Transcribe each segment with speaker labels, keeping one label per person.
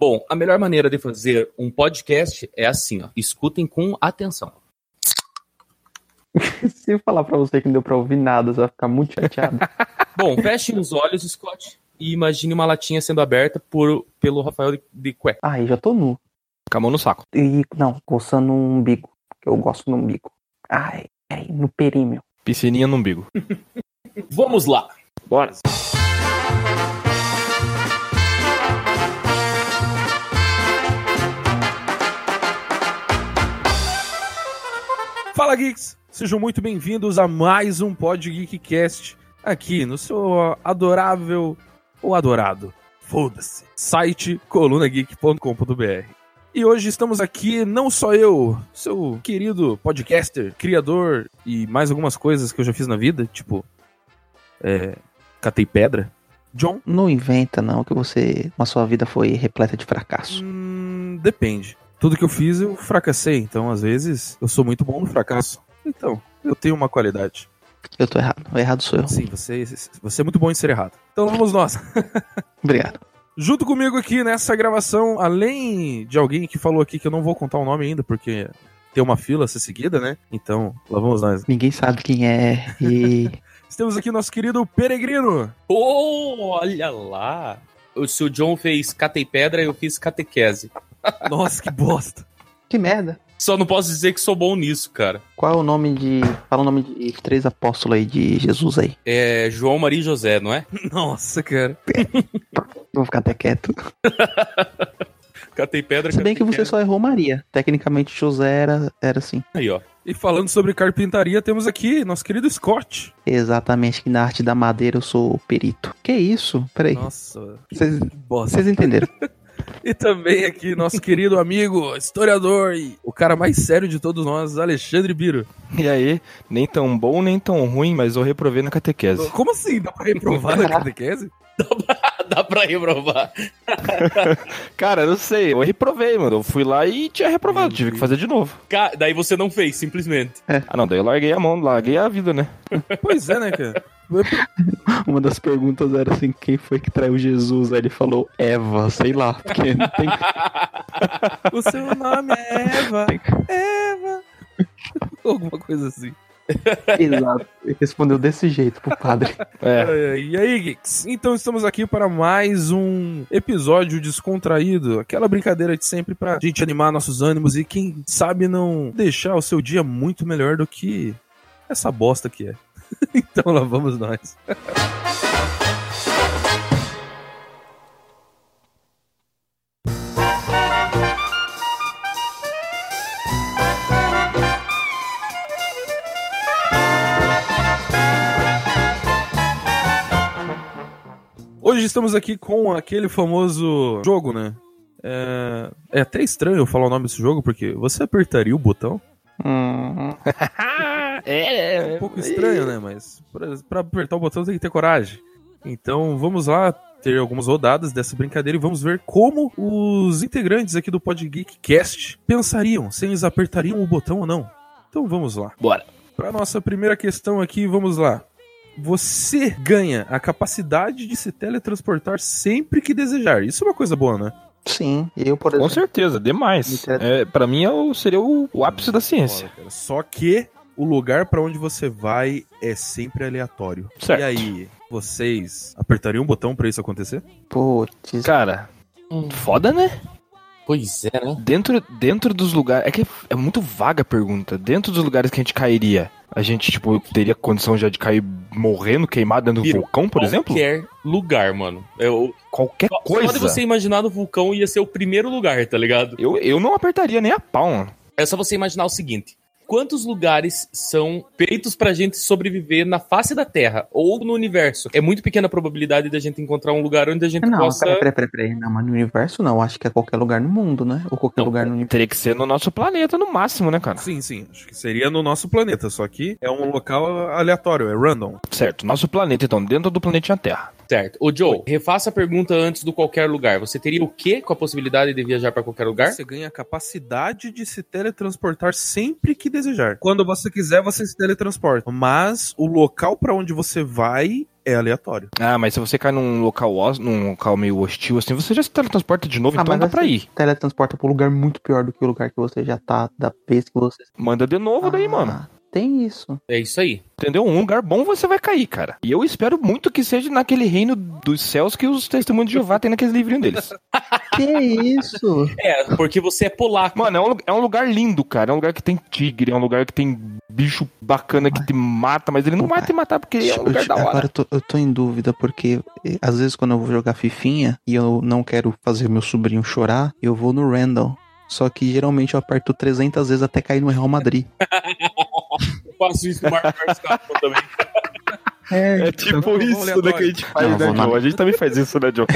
Speaker 1: Bom, a melhor maneira de fazer um podcast é assim, ó. Escutem com atenção.
Speaker 2: Se eu falar pra você que não deu pra ouvir nada, você vai ficar muito chateado.
Speaker 1: Bom, feche os olhos, Scott, e imagine uma latinha sendo aberta por, pelo Rafael de, de Cueca.
Speaker 2: Ai, já tô nu.
Speaker 1: Com a mão no saco.
Speaker 2: E, não, coçando um umbigo. Que eu gosto no umbigo. Ai, ai, no perímetro.
Speaker 3: Piscininha no umbigo.
Speaker 1: Vamos lá!
Speaker 3: Bora.
Speaker 4: Fala Geeks! Sejam muito bem-vindos a mais um Pod Geekcast aqui no seu adorável ou adorado, foda-se, site colunageek.com.br. E hoje estamos aqui, não só eu, seu querido podcaster, criador e mais algumas coisas que eu já fiz na vida, tipo, é, catei pedra, John,
Speaker 2: Não inventa, não, que você. A sua vida foi repleta de fracasso.
Speaker 4: Hum, depende. Tudo que eu fiz eu fracassei, então às vezes eu sou muito bom no fracasso. Então, eu tenho uma qualidade. Então,
Speaker 2: Eu tô errado. O errado sou eu.
Speaker 4: Sim, você, você é muito bom em ser errado. Então vamos nós.
Speaker 2: Obrigado.
Speaker 4: Junto comigo aqui nessa gravação, além de alguém que falou aqui que eu não vou contar o nome ainda, porque tem uma fila a ser seguida, né? Então, lá vamos nós.
Speaker 2: Ninguém sabe quem é e.
Speaker 4: Temos aqui nosso querido Peregrino.
Speaker 1: Oh, olha lá! O- Se o John fez catei pedra, eu fiz catequese.
Speaker 4: Nossa, que bosta.
Speaker 2: que merda.
Speaker 1: Só não posso dizer que sou bom nisso, cara.
Speaker 2: Qual é o nome de. Fala o nome de três apóstolos aí de Jesus aí.
Speaker 1: É João Maria e José, não é?
Speaker 4: Nossa, cara.
Speaker 2: Vou ficar até quieto.
Speaker 1: Catei pedra,
Speaker 2: Se bem que
Speaker 1: catei
Speaker 2: você
Speaker 1: pedra.
Speaker 2: só errou Maria. Tecnicamente José era, era assim.
Speaker 1: Aí, ó.
Speaker 4: E falando sobre carpintaria, temos aqui nosso querido Scott.
Speaker 2: Exatamente, que na arte da madeira eu sou perito. Que isso? Peraí.
Speaker 4: Nossa,
Speaker 2: Vocês
Speaker 4: que bosta.
Speaker 2: vocês entenderam?
Speaker 4: E também aqui nosso querido amigo, historiador e o cara mais sério de todos nós, Alexandre Biro.
Speaker 3: E aí, nem tão bom, nem tão ruim, mas eu reprovei na catequese.
Speaker 4: Como assim? Dá pra reprovar na catequese?
Speaker 1: Dá pra reprovar.
Speaker 3: Cara, eu não sei, eu reprovei, mano. Eu fui lá e tinha reprovado, tive que fazer de novo.
Speaker 1: Ca- Daí você não fez, simplesmente.
Speaker 3: Ah, não, daí eu larguei a mão, larguei a vida, né?
Speaker 4: Pois é, né, cara?
Speaker 2: Uma das perguntas era assim: quem foi que traiu Jesus? Aí ele falou Eva, sei lá, porque não tem.
Speaker 4: O seu nome é Eva. Eva. Alguma coisa assim.
Speaker 2: Exato. Ele respondeu desse jeito pro padre.
Speaker 3: É,
Speaker 4: É, E aí, Geeks? Então estamos aqui para mais um episódio descontraído. Aquela brincadeira de sempre pra gente animar nossos ânimos e quem sabe não deixar o seu dia muito melhor do que essa bosta que é. então lá vamos nós. Hoje estamos aqui com aquele famoso jogo, né? É... é até estranho eu falar o nome desse jogo, porque você apertaria o botão?
Speaker 2: Hum,
Speaker 4: É um pouco estranho, né? Mas pra, pra apertar o botão tem que ter coragem. Então vamos lá ter algumas rodadas dessa brincadeira e vamos ver como os integrantes aqui do Pod Geekcast pensariam, se eles apertariam o botão ou não. Então vamos lá.
Speaker 1: Bora.
Speaker 4: Para nossa primeira questão aqui, vamos lá. Você ganha a capacidade de se teletransportar sempre que desejar. Isso é uma coisa boa, né?
Speaker 2: sim, eu, por
Speaker 3: com
Speaker 2: exemplo.
Speaker 3: certeza, demais. É, pra mim é o- seria o, o ápice da ciência.
Speaker 4: Olha, cara, Só que o lugar pra onde você vai é sempre aleatório.
Speaker 3: Certo.
Speaker 4: E aí, vocês apertariam um botão pra isso acontecer?
Speaker 2: Putz,
Speaker 3: Cara, foda, né?
Speaker 1: Pois é, né?
Speaker 3: Dentro, dentro dos lugares. É que é muito vaga a pergunta. Dentro dos lugares que a gente cairia, a gente, tipo, teria condição já de cair morrendo, queimado dentro do
Speaker 1: Biro,
Speaker 3: vulcão, por exemplo?
Speaker 1: Qualquer lugar, mano. É o...
Speaker 3: Qualquer
Speaker 1: Só de
Speaker 3: coisa.
Speaker 1: você imaginar no vulcão ia ser o primeiro lugar, tá ligado?
Speaker 3: Eu, eu não apertaria nem a pau, mano.
Speaker 1: É só você imaginar o seguinte: quantos lugares são feitos pra gente sobreviver na face da Terra ou no universo? É muito pequena a probabilidade da gente encontrar um lugar onde a gente
Speaker 2: Não,
Speaker 1: possa.
Speaker 2: peraí, peraí, peraí, peraí. Não, mas no universo não. Acho que é qualquer lugar no mundo, né? Ou qualquer
Speaker 3: Não,
Speaker 2: lugar no universo.
Speaker 3: Teria que ser no nosso planeta, no máximo, né, cara?
Speaker 4: Sim, sim. Acho que seria no nosso planeta, só que é um local aleatório, é random.
Speaker 3: Certo, nosso planeta, então, dentro do planetinha Terra.
Speaker 1: Certo. Ô, Joe, refaça a pergunta antes do qualquer lugar. Você teria o que com a possibilidade de viajar para qualquer lugar?
Speaker 4: Você ganha a capacidade de se teletransportar sempre que desejar. Quando você quiser, você se teletransporta. Mas o local pra onde você vai é aleatório.
Speaker 3: Ah, mas se você cai num local, hos- num local meio hostil assim, você já se teletransporta de novo,
Speaker 2: Ah,
Speaker 3: então
Speaker 2: mas
Speaker 3: dá pra
Speaker 2: assim-
Speaker 3: ir.
Speaker 2: Teletransporta pra um lugar muito pior do que o lugar que você já tá, da vez que você.
Speaker 3: Manda de novo daí,
Speaker 2: Ah,
Speaker 3: mano.
Speaker 2: Tem isso.
Speaker 1: É isso aí.
Speaker 3: Entendeu? Um lugar bom você vai cair, cara. E eu espero muito que seja naquele reino dos céus que os testemunhos de Jeová tem naquele livrinho deles.
Speaker 2: Que isso?
Speaker 1: É, porque você é polaco.
Speaker 3: Mano, é um, lu- é um lugar lindo, cara. É um lugar que tem tigre, é um lugar que tem bicho bacana que te mata, mas ele não vai te matar porque é um lugar da hora.
Speaker 2: Agora eu tô, eu tô em dúvida, porque eh, às vezes quando eu vou jogar Fifinha e eu não quero fazer meu sobrinho chorar, eu vou no Randall. Só que geralmente eu aperto 300 vezes até cair no Real Madrid.
Speaker 1: Eu faço isso no Marvel vs. Capcom também.
Speaker 3: É
Speaker 4: Então, vamos aleatório.
Speaker 3: gente né,
Speaker 2: Não, vou na-
Speaker 3: A gente também faz isso, né, Joe?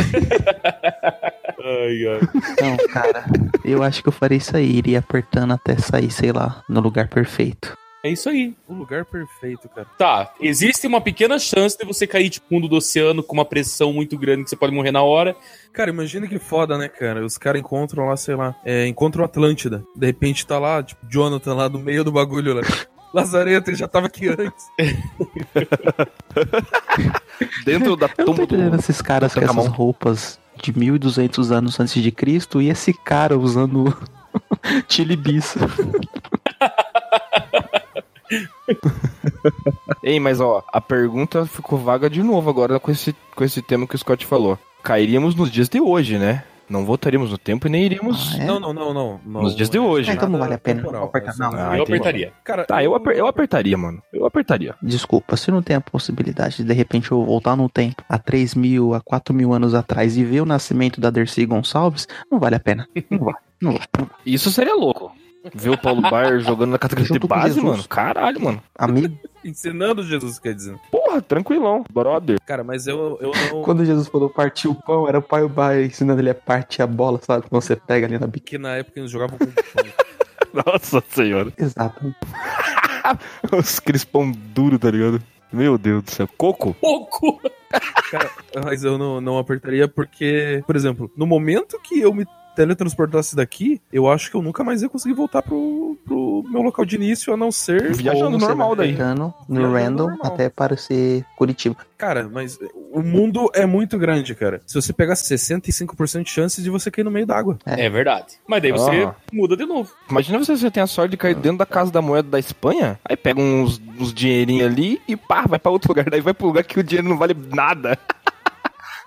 Speaker 1: Ai, ai.
Speaker 2: Então, cara, eu acho que eu farei isso aí, iria apertando até sair, sei lá, no lugar perfeito.
Speaker 1: É isso aí.
Speaker 4: O lugar perfeito, cara.
Speaker 1: Tá, existe uma pequena chance de você cair, tipo, fundo do oceano com uma pressão muito grande que você pode morrer na hora.
Speaker 4: Cara, imagina que foda, né, cara? Os caras encontram lá, sei lá, é, encontram Atlântida. De repente tá lá, tipo, Jonathan lá no meio do bagulho lá. Lazareto, ele já tava aqui antes.
Speaker 3: Dentro da
Speaker 2: Eu não tô
Speaker 3: tumba
Speaker 2: entendendo
Speaker 3: do...
Speaker 2: esses caras com
Speaker 3: Taca a
Speaker 2: essas
Speaker 3: mão.
Speaker 2: roupas de 1200 anos antes de Cristo e esse cara usando chili bis.
Speaker 3: Ei, mas ó, a pergunta ficou vaga de novo agora com esse, com esse tema que o Scott falou. Cairíamos nos dias de hoje, né? Não voltaríamos no tempo e nem iríamos...
Speaker 2: Ah, é?
Speaker 4: Não, não, não, não, não. É
Speaker 3: Nos dias de hoje.
Speaker 2: Ah, então não vale a pena.
Speaker 4: Temporal,
Speaker 2: Vou apertar,
Speaker 4: é
Speaker 2: não.
Speaker 4: só-
Speaker 2: né?
Speaker 3: Ah,
Speaker 1: eu
Speaker 3: entendi.
Speaker 1: apertaria.
Speaker 4: Cara,
Speaker 3: Tá, eu, aper- eu apertaria, mano. Eu apertaria.
Speaker 2: Desculpa, se não tem a possibilidade de de repente eu voltar no tempo a 3 mil, a 4 mil anos atrás e ver o nascimento da Dercy Gonçalves, não vale a pena. Não vale, não vale. não vale.
Speaker 3: Isso seria louco. Ver o Paulo Baier jogando na categoria de
Speaker 2: Junto com
Speaker 3: base,
Speaker 2: Jesus.
Speaker 3: mano. Caralho, mano.
Speaker 2: Amigo,
Speaker 4: Ensinando Jesus, quer dizer.
Speaker 3: Porra, tranquilão. Brother.
Speaker 4: Cara, mas eu, eu não.
Speaker 2: quando Jesus falou partir o pão, era o pai o pai ensinando ele a partir a bola, sabe? Quando você pega ali na biquíni.
Speaker 4: Que na época eles jogavam com pão.
Speaker 3: Nossa senhora.
Speaker 2: Exato.
Speaker 3: Os crispão duro, tá ligado? Meu Deus do céu. Coco?
Speaker 1: Pouco!
Speaker 4: Mas eu não, não apertaria porque, por exemplo, no momento que eu me teletransportasse daqui, eu acho que eu nunca mais ia conseguir voltar pro, pro meu local de início, a não ser.
Speaker 3: Viajando
Speaker 2: Ou você vai
Speaker 3: normal daí.
Speaker 2: apertando No
Speaker 4: Viajando
Speaker 2: random
Speaker 4: normal.
Speaker 2: até parecer Curitiba.
Speaker 4: Cara, mas o mundo é muito grande, cara. Se você pegar 65% de chances de você cair no meio d'água.
Speaker 1: É verdade. Mas daí você
Speaker 3: Ah.
Speaker 1: muda de novo.
Speaker 3: Imagina você, você tem a sorte de cair dentro da casa da moeda da Espanha, aí pega uns, uns dinheirinhos ali e pá, vai pra outro lugar. Daí vai pro lugar que o dinheiro não vale nada.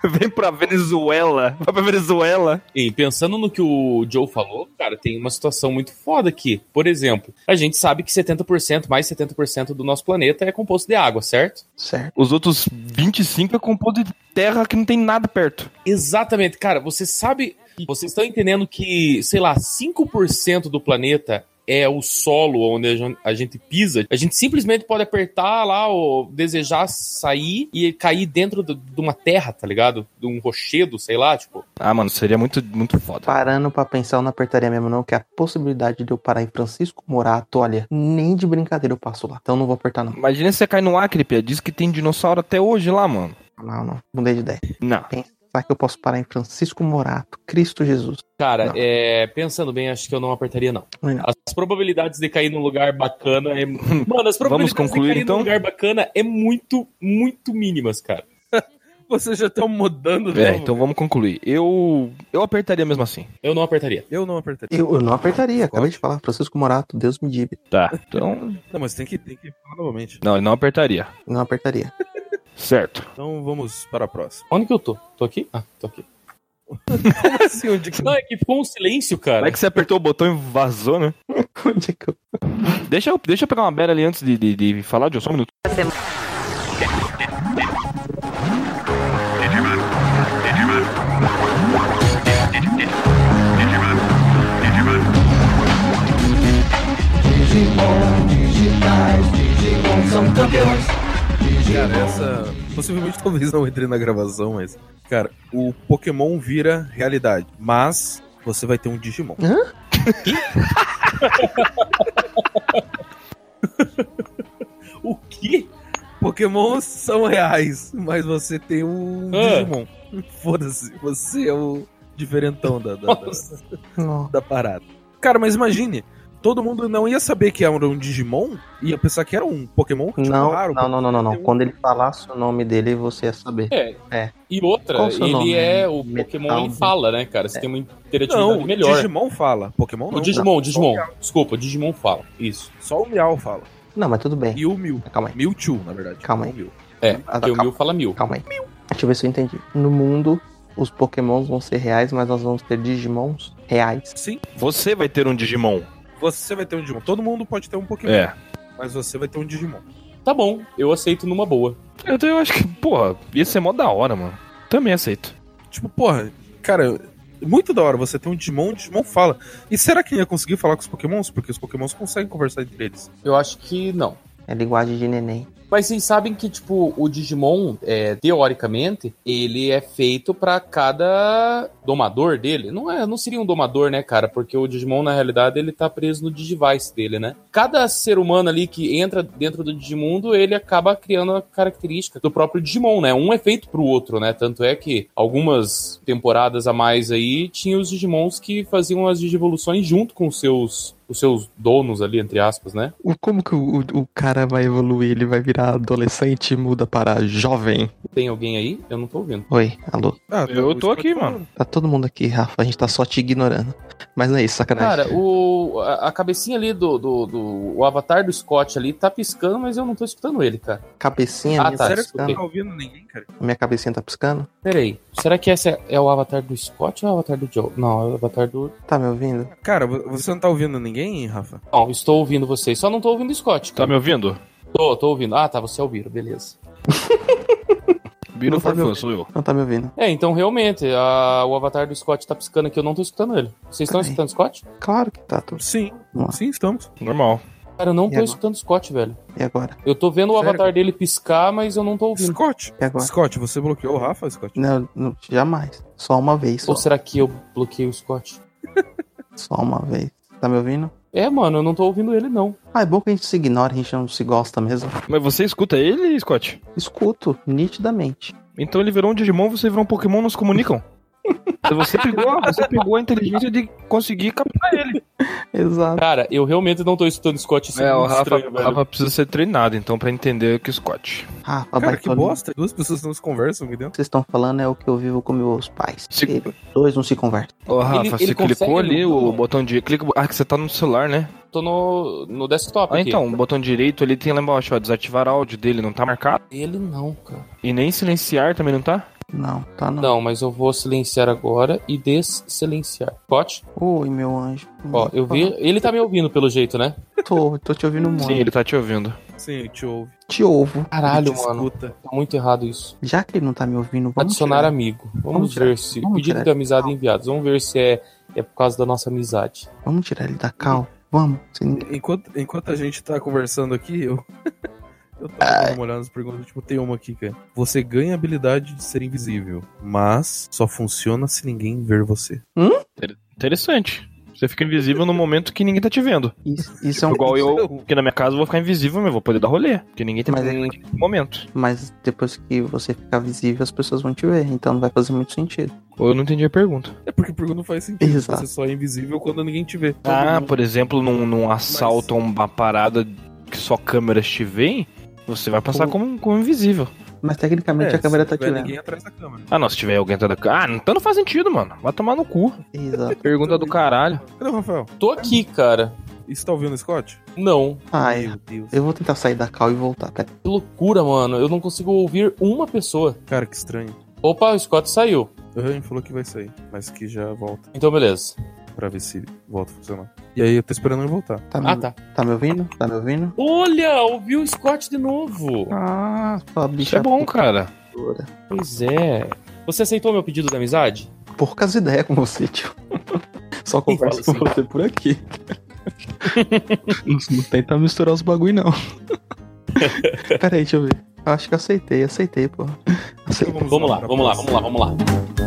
Speaker 3: Vem pra Venezuela. Vai pra Venezuela.
Speaker 1: E pensando no que o Joe falou, cara, tem uma situação muito foda aqui. Por exemplo, a gente sabe que 70%, mais 70% do nosso planeta é composto de água, certo?
Speaker 2: Certo.
Speaker 3: Os outros 25 é composto de terra que não tem nada perto.
Speaker 1: Exatamente, cara, você sabe. Vocês estão entendendo que, sei lá, 5% do planeta é o solo onde a gen- a gente pisa. A gente simplesmente pode apertar lá ou desejar sair e cair dentro do- de uma terra, tá ligado? De um rochedo, sei lá, tipo.
Speaker 3: Ah, mano, seria muito, muito foda.
Speaker 2: Parando pra pensar, eu não apertaria mesmo, não, que a possibilidade de eu parar em Francisco Morato, olha, nem de brincadeira eu passo lá. Então não vou apertar, não.
Speaker 3: Imagina você cai no Acre, Pia. Diz que tem dinossauro até hoje lá, mano.
Speaker 2: Não, não. Mudei de ideia.
Speaker 3: Não.
Speaker 2: Será que eu posso parar em Francisco Morato? Cristo Jesus.
Speaker 1: Cara,
Speaker 2: Não.
Speaker 1: é, pensando bem, acho que eu não apertaria, não.
Speaker 2: Não, é não.
Speaker 1: As probabilidades de cair num lugar bacana é. Mano, as probabilidades
Speaker 3: concluir,
Speaker 1: de cair
Speaker 3: então?
Speaker 1: num lugar bacana é muito, muito mínimas, cara.
Speaker 4: Vocês já estão mudando, de
Speaker 3: É,
Speaker 4: novo.
Speaker 3: então vamos concluir. Eu. Eu apertaria mesmo assim.
Speaker 1: Eu não apertaria.
Speaker 4: Eu não apertaria.
Speaker 2: Eu, eu não apertaria, acabei de falar. Francisco Morato, Deus me livre.
Speaker 3: Tá. Então.
Speaker 4: Não, mas tem que, tem que falar novamente.
Speaker 3: Não, ele não apertaria.
Speaker 2: Não apertaria.
Speaker 3: Certo.
Speaker 4: Então vamos para a próxima.
Speaker 1: Onde que eu tô? Tô aqui? Ah, tô aqui.
Speaker 2: Hum.
Speaker 4: Como assim? Onde que...
Speaker 1: Não, é que ficou um silêncio,
Speaker 3: Vai
Speaker 1: cara.
Speaker 3: é que você apertou o botão e vazou, né?
Speaker 2: Onde é que eu...
Speaker 3: Deixa eu, deixa eu pegar uma bera ali antes de, de, de falar, John, só um minuto.
Speaker 4: Cara, essa. Possivelmente talvez não entre na gravação, mas. Cara, o Pokémon vira realidade. Mas você vai ter um Digimon.
Speaker 1: O quê?
Speaker 4: Pokémon são reais, mas você tem um
Speaker 1: Ah.
Speaker 4: Digimon. Foda-se, você é o diferentão da, da, da, da parada. Cara, mas imagine, todo mundo não ia saber que era um Digimon, ia pensar que era um Pokémon
Speaker 1: Tipo,
Speaker 4: que
Speaker 2: Não,
Speaker 4: raro.
Speaker 2: não, não, não, não,
Speaker 1: um-
Speaker 2: não. Quando ele falasse o nome dele, você ia saber.
Speaker 1: É. E outra,
Speaker 2: Qual o seu
Speaker 1: ele
Speaker 2: nome?
Speaker 1: é. O
Speaker 2: Metal,
Speaker 1: Pokémon ele
Speaker 2: né?
Speaker 1: fala, né, cara? Você
Speaker 2: É.
Speaker 1: tem uma
Speaker 4: Não,
Speaker 1: interatividade
Speaker 4: o
Speaker 1: melhor.
Speaker 4: Digimon fala. Pokémon não.
Speaker 1: o Digimon, Digimon.
Speaker 2: é?
Speaker 1: Desculpa, o Digimon fala. Isso.
Speaker 4: Só o Miau fala.
Speaker 2: Não, mas tudo bem.
Speaker 4: E o Mil.
Speaker 2: Calma aí.
Speaker 4: Mewtwo, na verdade.
Speaker 2: É. Calma aí.
Speaker 4: O Mew.
Speaker 1: É,
Speaker 2: Ah,
Speaker 1: porque o
Speaker 2: calma.
Speaker 1: Mil fala mil.
Speaker 2: Calma aí. Deixa eu ver se eu entendi. No mundo, os pokémons vão ser reais, mas nós vamos ter digimons reais.
Speaker 4: Sim,
Speaker 3: Você vai ter um Digimon.
Speaker 4: você vai ter um Digimon. Todo mundo pode ter um Pokémon,
Speaker 3: É.
Speaker 4: mas você vai ter um Digimon.
Speaker 1: Tá bom, eu aceito numa boa.
Speaker 3: Eu, eu acho que, porra, ia ser mó da hora, mano. Também aceito.
Speaker 4: Tipo, porra, cara, muito da hora você ter um Digimon, o Digimon fala. E será que ia conseguir falar com os Pokémons? Porque os Pokémons conseguem conversar entre eles.
Speaker 1: Eu acho que não.
Speaker 2: É linguagem de neném.
Speaker 1: Mas vocês sabem que, tipo, o Digimon, é, teoricamente, ele é feito pra cada domador dele. Não, é, não seria um domador, né, cara? Porque o Digimon, na realidade, ele tá preso no Digivice dele, né? Cada ser humano ali que entra dentro do Digimundo, ele acaba criando a característica do próprio Digimon, né? Um é feito pro outro, né? Tanto é que algumas temporadas a mais aí tinha os Digimons que faziam as Digivoluções junto com os seus, os seus donos ali, entre aspas, né?
Speaker 2: Como que o, cara vai evoluir? Ele vai virar adolescente e muda para jovem?
Speaker 1: Tem alguém aí? Eu não tô ouvindo.
Speaker 2: Oi, alô.
Speaker 4: Ah,
Speaker 3: Eu tô aqui, mano.
Speaker 2: Tá todo mundo aqui, Rafa. A gente tá só te ignorando. Mas não é isso, sacanagem.
Speaker 1: Cara, o, a, a cabecinha ali do, do, do- O avatar do Scott ali tá piscando, mas eu não tô escutando ele, cara.
Speaker 2: Cabecinha
Speaker 1: Ah,
Speaker 2: minha
Speaker 1: tá,
Speaker 2: tá
Speaker 4: Sério que você
Speaker 2: piscando.
Speaker 4: não tá ouvindo ninguém, cara?
Speaker 2: Minha cabecinha tá piscando.
Speaker 1: Peraí. Será que essa é, é o avatar do Scott ou é o avatar do Joe? Não, é o avatar do.
Speaker 2: Tá me ouvindo?
Speaker 4: Cara, vo- você não tá ouvindo ninguém, Rafa?
Speaker 1: Não, estou ouvindo vocês. Só não tô ouvindo o Scott,
Speaker 3: Tá
Speaker 1: cara.
Speaker 3: me ouvindo?
Speaker 1: Tô, tô ouvindo. Ah, tá, você é o Biro, beleza.
Speaker 3: Biro
Speaker 2: Não tá me
Speaker 3: Farfã,
Speaker 2: ouvindo.
Speaker 3: sou eu.
Speaker 2: Não tá me ouvindo.
Speaker 1: É, então realmente, a- o avatar do Scott tá piscando aqui, eu não tô escutando ele. Vocês estão
Speaker 2: Peraí.
Speaker 1: escutando o Scott?
Speaker 2: Claro que tá. Tô...
Speaker 4: Sim,
Speaker 2: Vamos lá.
Speaker 4: sim, estamos.
Speaker 3: Normal.
Speaker 1: Cara, eu não
Speaker 2: E
Speaker 1: tô
Speaker 2: agora?
Speaker 1: escutando o Scott, velho.
Speaker 2: E agora?
Speaker 1: Eu tô vendo o
Speaker 4: Sério?
Speaker 1: avatar dele piscar, mas eu não tô ouvindo.
Speaker 4: Scott,
Speaker 2: E agora?
Speaker 4: Scott, você bloqueou o Rafa, Scott?
Speaker 2: Não, não, jamais. Só uma vez. Só,
Speaker 1: Ou será que eu bloqueei o Scott?
Speaker 2: só uma vez. Tá me ouvindo?
Speaker 1: É, mano, eu não tô ouvindo ele, não.
Speaker 2: Ah, é bom que a gente se ignora, a gente não se gosta mesmo.
Speaker 3: Mas você escuta ele, Scott?
Speaker 2: Escuto, nitidamente.
Speaker 3: Então ele virou um Digimon, você virou um Pokémon, não se comunicam. Você pegou, você pegou a inteligência de conseguir captar ele.
Speaker 2: Exato.
Speaker 1: Cara, eu realmente não tô estudando Scott isso é, muito estranho, velho.
Speaker 3: precisa ser treinado, então, pra entender que Scott.
Speaker 2: Rafa,
Speaker 4: Cara, que
Speaker 2: baitolinha.
Speaker 4: bosta. Duas pessoas não se conversam aqui
Speaker 2: O
Speaker 4: dentro.
Speaker 2: que vocês estão falando é o que eu vivo com meus pais.
Speaker 3: Se-
Speaker 2: E dois não se conversam.
Speaker 3: Ô, Rafa,
Speaker 1: ele
Speaker 3: você
Speaker 1: consegue
Speaker 3: clicou ali
Speaker 1: no-
Speaker 3: o botão de. Clica... Ah, que você tá no celular, né?
Speaker 1: Tô no, no desktop
Speaker 3: Ah,
Speaker 1: aqui.
Speaker 3: então, o botão direito ali tem lá embaixo, ó, desativar áudio dele, não tá marcado.
Speaker 1: Ele não, cara.
Speaker 3: E nem silenciar também não tá?
Speaker 2: Não, tá não.
Speaker 1: Não, mas eu vou silenciar agora e dessilenciar. Scott,
Speaker 2: Oi, meu anjo.
Speaker 1: ó, eu vi. Ele tá me ouvindo pelo jeito, né?
Speaker 2: Tô, tô te ouvindo muito.
Speaker 3: Sim, ele tá te ouvindo.
Speaker 4: Sim, eu te ouve.
Speaker 2: Te ouvo.
Speaker 1: Caralho,
Speaker 4: Ele te
Speaker 1: mano.
Speaker 4: Escuta.
Speaker 1: Tá muito errado isso.
Speaker 2: Já que ele não tá me ouvindo, vamos
Speaker 1: Adicionar
Speaker 2: tirar.
Speaker 1: amigo. Vamos,
Speaker 2: Vamos tirar.
Speaker 1: ver se.
Speaker 2: Vamos
Speaker 1: Pedido
Speaker 2: tirar.
Speaker 1: de amizade enviados. Vamos ver se é, é por causa da nossa amizade.
Speaker 2: Vamos tirar ele da cal. Vamos. Sim.
Speaker 4: Enquanto, enquanto a gente tá conversando aqui, eu. eu tava dando uma olhada nas perguntas. Tipo, tem uma aqui, cara. Você ganha a habilidade de ser invisível, mas só funciona se ninguém ver você.
Speaker 3: Interessante. Você fica invisível no momento que ninguém tá te vendo.
Speaker 2: Isso, isso é um.
Speaker 3: Igual eu,
Speaker 4: Não.
Speaker 3: porque na minha casa eu vou ficar invisível, mas eu vou poder dar rolê. Porque ninguém tem
Speaker 2: Mas é-
Speaker 3: nenhum momento.
Speaker 2: Mas depois que você ficar visível, as pessoas vão te ver. Então não vai fazer muito sentido.
Speaker 3: Ou eu não entendi a pergunta.
Speaker 4: É porque por não faz sentido.
Speaker 2: Exato.
Speaker 4: Você só é invisível quando ninguém te vê.
Speaker 3: Ah,
Speaker 4: Todo mundo-
Speaker 3: por exemplo, num, num assalto ou uma parada que só câmeras te veem, você vai passar como, um, como invisível.
Speaker 2: Mas tecnicamente
Speaker 4: É,
Speaker 2: a câmera
Speaker 4: se
Speaker 2: tá
Speaker 4: tiver
Speaker 2: te vendo.
Speaker 4: ninguém atrás da câmera.
Speaker 3: Ah, não, se tiver alguém atrás da câmera. Ah, então não faz sentido, mano. Vai tomar no cu.
Speaker 2: Exato.
Speaker 3: Pergunta do caralho.
Speaker 4: Cadê o Rafael?
Speaker 1: Tô aqui, cara.
Speaker 4: E você tá ouvindo o Scott?
Speaker 1: Não.
Speaker 2: Ah, é.
Speaker 4: Meu Deus.
Speaker 2: Eu vou tentar sair da cal e voltar. Pera.
Speaker 1: Que loucura, mano. Eu não consigo ouvir uma pessoa.
Speaker 4: Cara, que estranho.
Speaker 1: Opa, o Scott saiu.
Speaker 4: O Ryan falou que vai sair, mas que já volta
Speaker 1: Então, beleza.
Speaker 4: pra ver se volta a funcionar. E aí eu tô esperando ele voltar.
Speaker 2: Tá me,
Speaker 1: Ah, tá.
Speaker 2: tá me ouvindo? Tá me ouvindo?
Speaker 1: Olha, ouviu o Scott de novo.
Speaker 2: Ah, sua bicha.
Speaker 3: Isso é bom, cara.
Speaker 2: puta.
Speaker 1: Pois é. Você aceitou meu pedido da amizade?
Speaker 2: poucas ideias com você, tio. Só converso com
Speaker 1: Fala
Speaker 2: você por aqui. não, não tenta misturar os bagulho, não. Pera aí, deixa eu ver. Eu acho que eu aceitei, aceitei, pô. Aceitei.
Speaker 1: Então Vamos lá,
Speaker 4: pra
Speaker 1: vamos lá, vamos
Speaker 4: próxima.
Speaker 1: lá, vamos lá.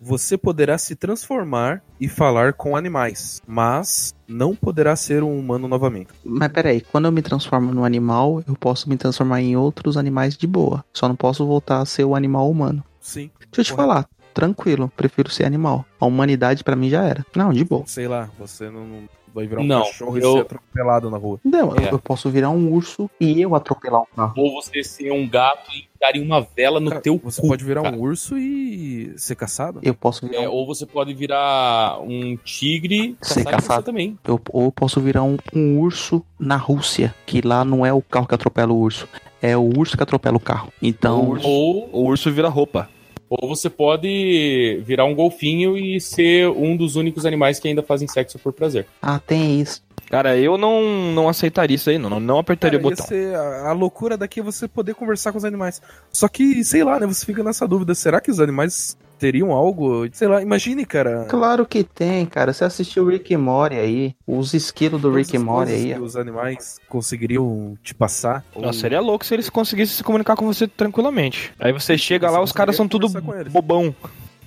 Speaker 4: você poderá se transformar e falar com animais, mas não poderá ser um humano novamente.
Speaker 2: Mas peraí, quando eu me transformo num animal, eu posso me transformar em outros animais de boa. Só não posso voltar a ser o animal humano.
Speaker 4: Sim.
Speaker 2: Deixa eu te
Speaker 4: Correto.
Speaker 2: falar, tranquilo, prefiro ser animal. A humanidade pra mim já era. Não, de boa.
Speaker 4: Sei lá, você não- não vai virar um
Speaker 1: Não,
Speaker 4: cachorro
Speaker 1: eu-
Speaker 4: e ser atropelado na rua.
Speaker 2: Não, eu-
Speaker 1: É.
Speaker 2: eu posso virar um urso e eu atropelar um carro.
Speaker 1: Ou você ser um gato e darem uma vela no
Speaker 4: Cara,
Speaker 1: teu
Speaker 4: você
Speaker 1: cu,
Speaker 4: pode virar
Speaker 1: cara.
Speaker 4: um urso e ser caçado?
Speaker 2: Eu posso virar um,
Speaker 1: É, ou você pode virar um tigre
Speaker 2: Ser
Speaker 1: caçar em você
Speaker 2: caçado.
Speaker 1: também.
Speaker 2: Eu, ou eu posso virar um, um urso na Rússia, que lá não é o carro que atropela o urso, é o urso que atropela o carro. Então,
Speaker 3: Urso.
Speaker 1: Ou,
Speaker 3: O urso vira roupa.
Speaker 1: ou você pode virar um golfinho e ser um dos únicos animais que ainda fazem sexo por prazer.
Speaker 2: ah, tem isso.
Speaker 3: Cara, eu não, não aceitaria isso aí, não. Não, não apertaria
Speaker 4: Cara,
Speaker 3: o
Speaker 4: ia
Speaker 3: botão.
Speaker 4: ser- a, a loucura daqui é você poder conversar com os animais. Só que, sei lá, né? Você fica nessa dúvida. Será que os animais teriam algo? Sei lá, imagine, cara.
Speaker 2: Claro que tem, cara. Você assistiu o Rick e Morty aí, os esquilos do
Speaker 4: todas
Speaker 2: Rick e
Speaker 4: as
Speaker 2: Morty
Speaker 4: coisas
Speaker 2: aí.
Speaker 4: que Os animais conseguiriam te passar.
Speaker 3: Não, seria louco se eles conseguissem se comunicar com você tranquilamente. Aí você chega lá,
Speaker 4: Você
Speaker 3: os caras são tudo
Speaker 4: conseguiria conversar com eles.
Speaker 3: bobão.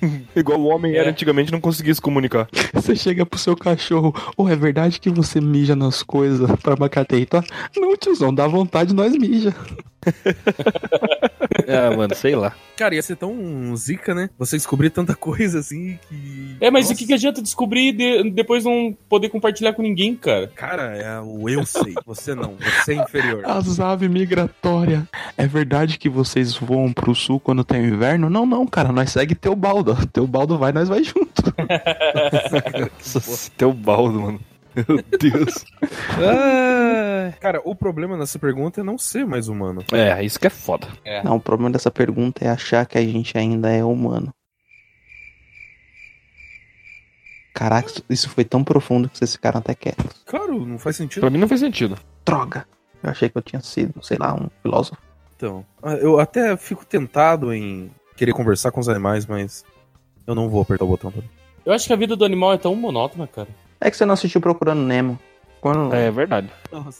Speaker 3: Igual o homem
Speaker 1: É.
Speaker 3: era antigamente, não conseguia se comunicar.
Speaker 2: Você chega pro seu cachorro, ou é verdade que você mija nas coisas pra macatei, tá? Não, tiozão, dá vontade, nós mija.
Speaker 3: É, mano, sei lá.
Speaker 4: Cara, ia ser tão zica, né? Você descobrir tanta coisa assim que.
Speaker 1: É, mas
Speaker 4: Nossa,
Speaker 1: o que, que adianta descobrir e de- depois não poder compartilhar com ninguém, cara?
Speaker 4: Cara, é o eu sei. Você não. Você é inferior.
Speaker 2: As aves migratórias. É verdade que vocês voam pro sul quando tem inverno? Não, não, cara, nós segue teu baldo. Teu baldo vai, nós vai junto.
Speaker 3: Nossa, teu baldo, mano. Meu Deus.
Speaker 1: Ah.
Speaker 4: Cara, o problema nessa pergunta é não ser mais humano.
Speaker 3: é, isso que é foda.
Speaker 2: Não, o problema dessa pergunta é achar que a gente ainda é humano. Caraca, isso- isso foi tão profundo que vocês ficaram até quietos.
Speaker 4: Claro, não faz sentido.
Speaker 3: Pra mim não faz sentido.
Speaker 2: Droga! Eu achei que eu tinha sido, sei lá, um filósofo.
Speaker 4: Então, ah, eu até fico tentado em querer conversar com os animais, mas eu não vou apertar o botão. Pra...
Speaker 1: Eu acho que a vida do animal é tão monótona, cara.
Speaker 2: É que você não assistiu Procurando Nemo. Quando,
Speaker 3: É verdade.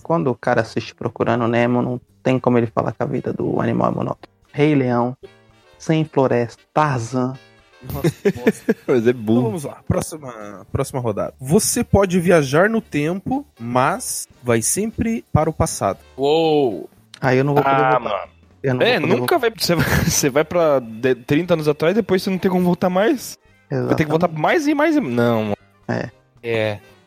Speaker 2: quando o cara assiste Procurando Nemo, não tem como ele falar que a vida do animal é monótona. Rei Leão, Sem Floresta, Tarzan.
Speaker 3: Mas é
Speaker 4: Então
Speaker 3: burro.
Speaker 4: vamos lá, próxima, próxima rodada. Você pode viajar no tempo, mas vai sempre para o passado.
Speaker 1: Uou!
Speaker 2: Aí eu não vou poder voltar.
Speaker 3: Ah, mano.
Speaker 2: Eu não
Speaker 3: É,
Speaker 2: vou poder
Speaker 3: nunca vai. Você vai, você vai pra de- 30 anos atrás, depois você não tem como voltar mais.
Speaker 2: voltar.
Speaker 3: Vai ter que voltar mais e mais e. Não, mano.
Speaker 1: É.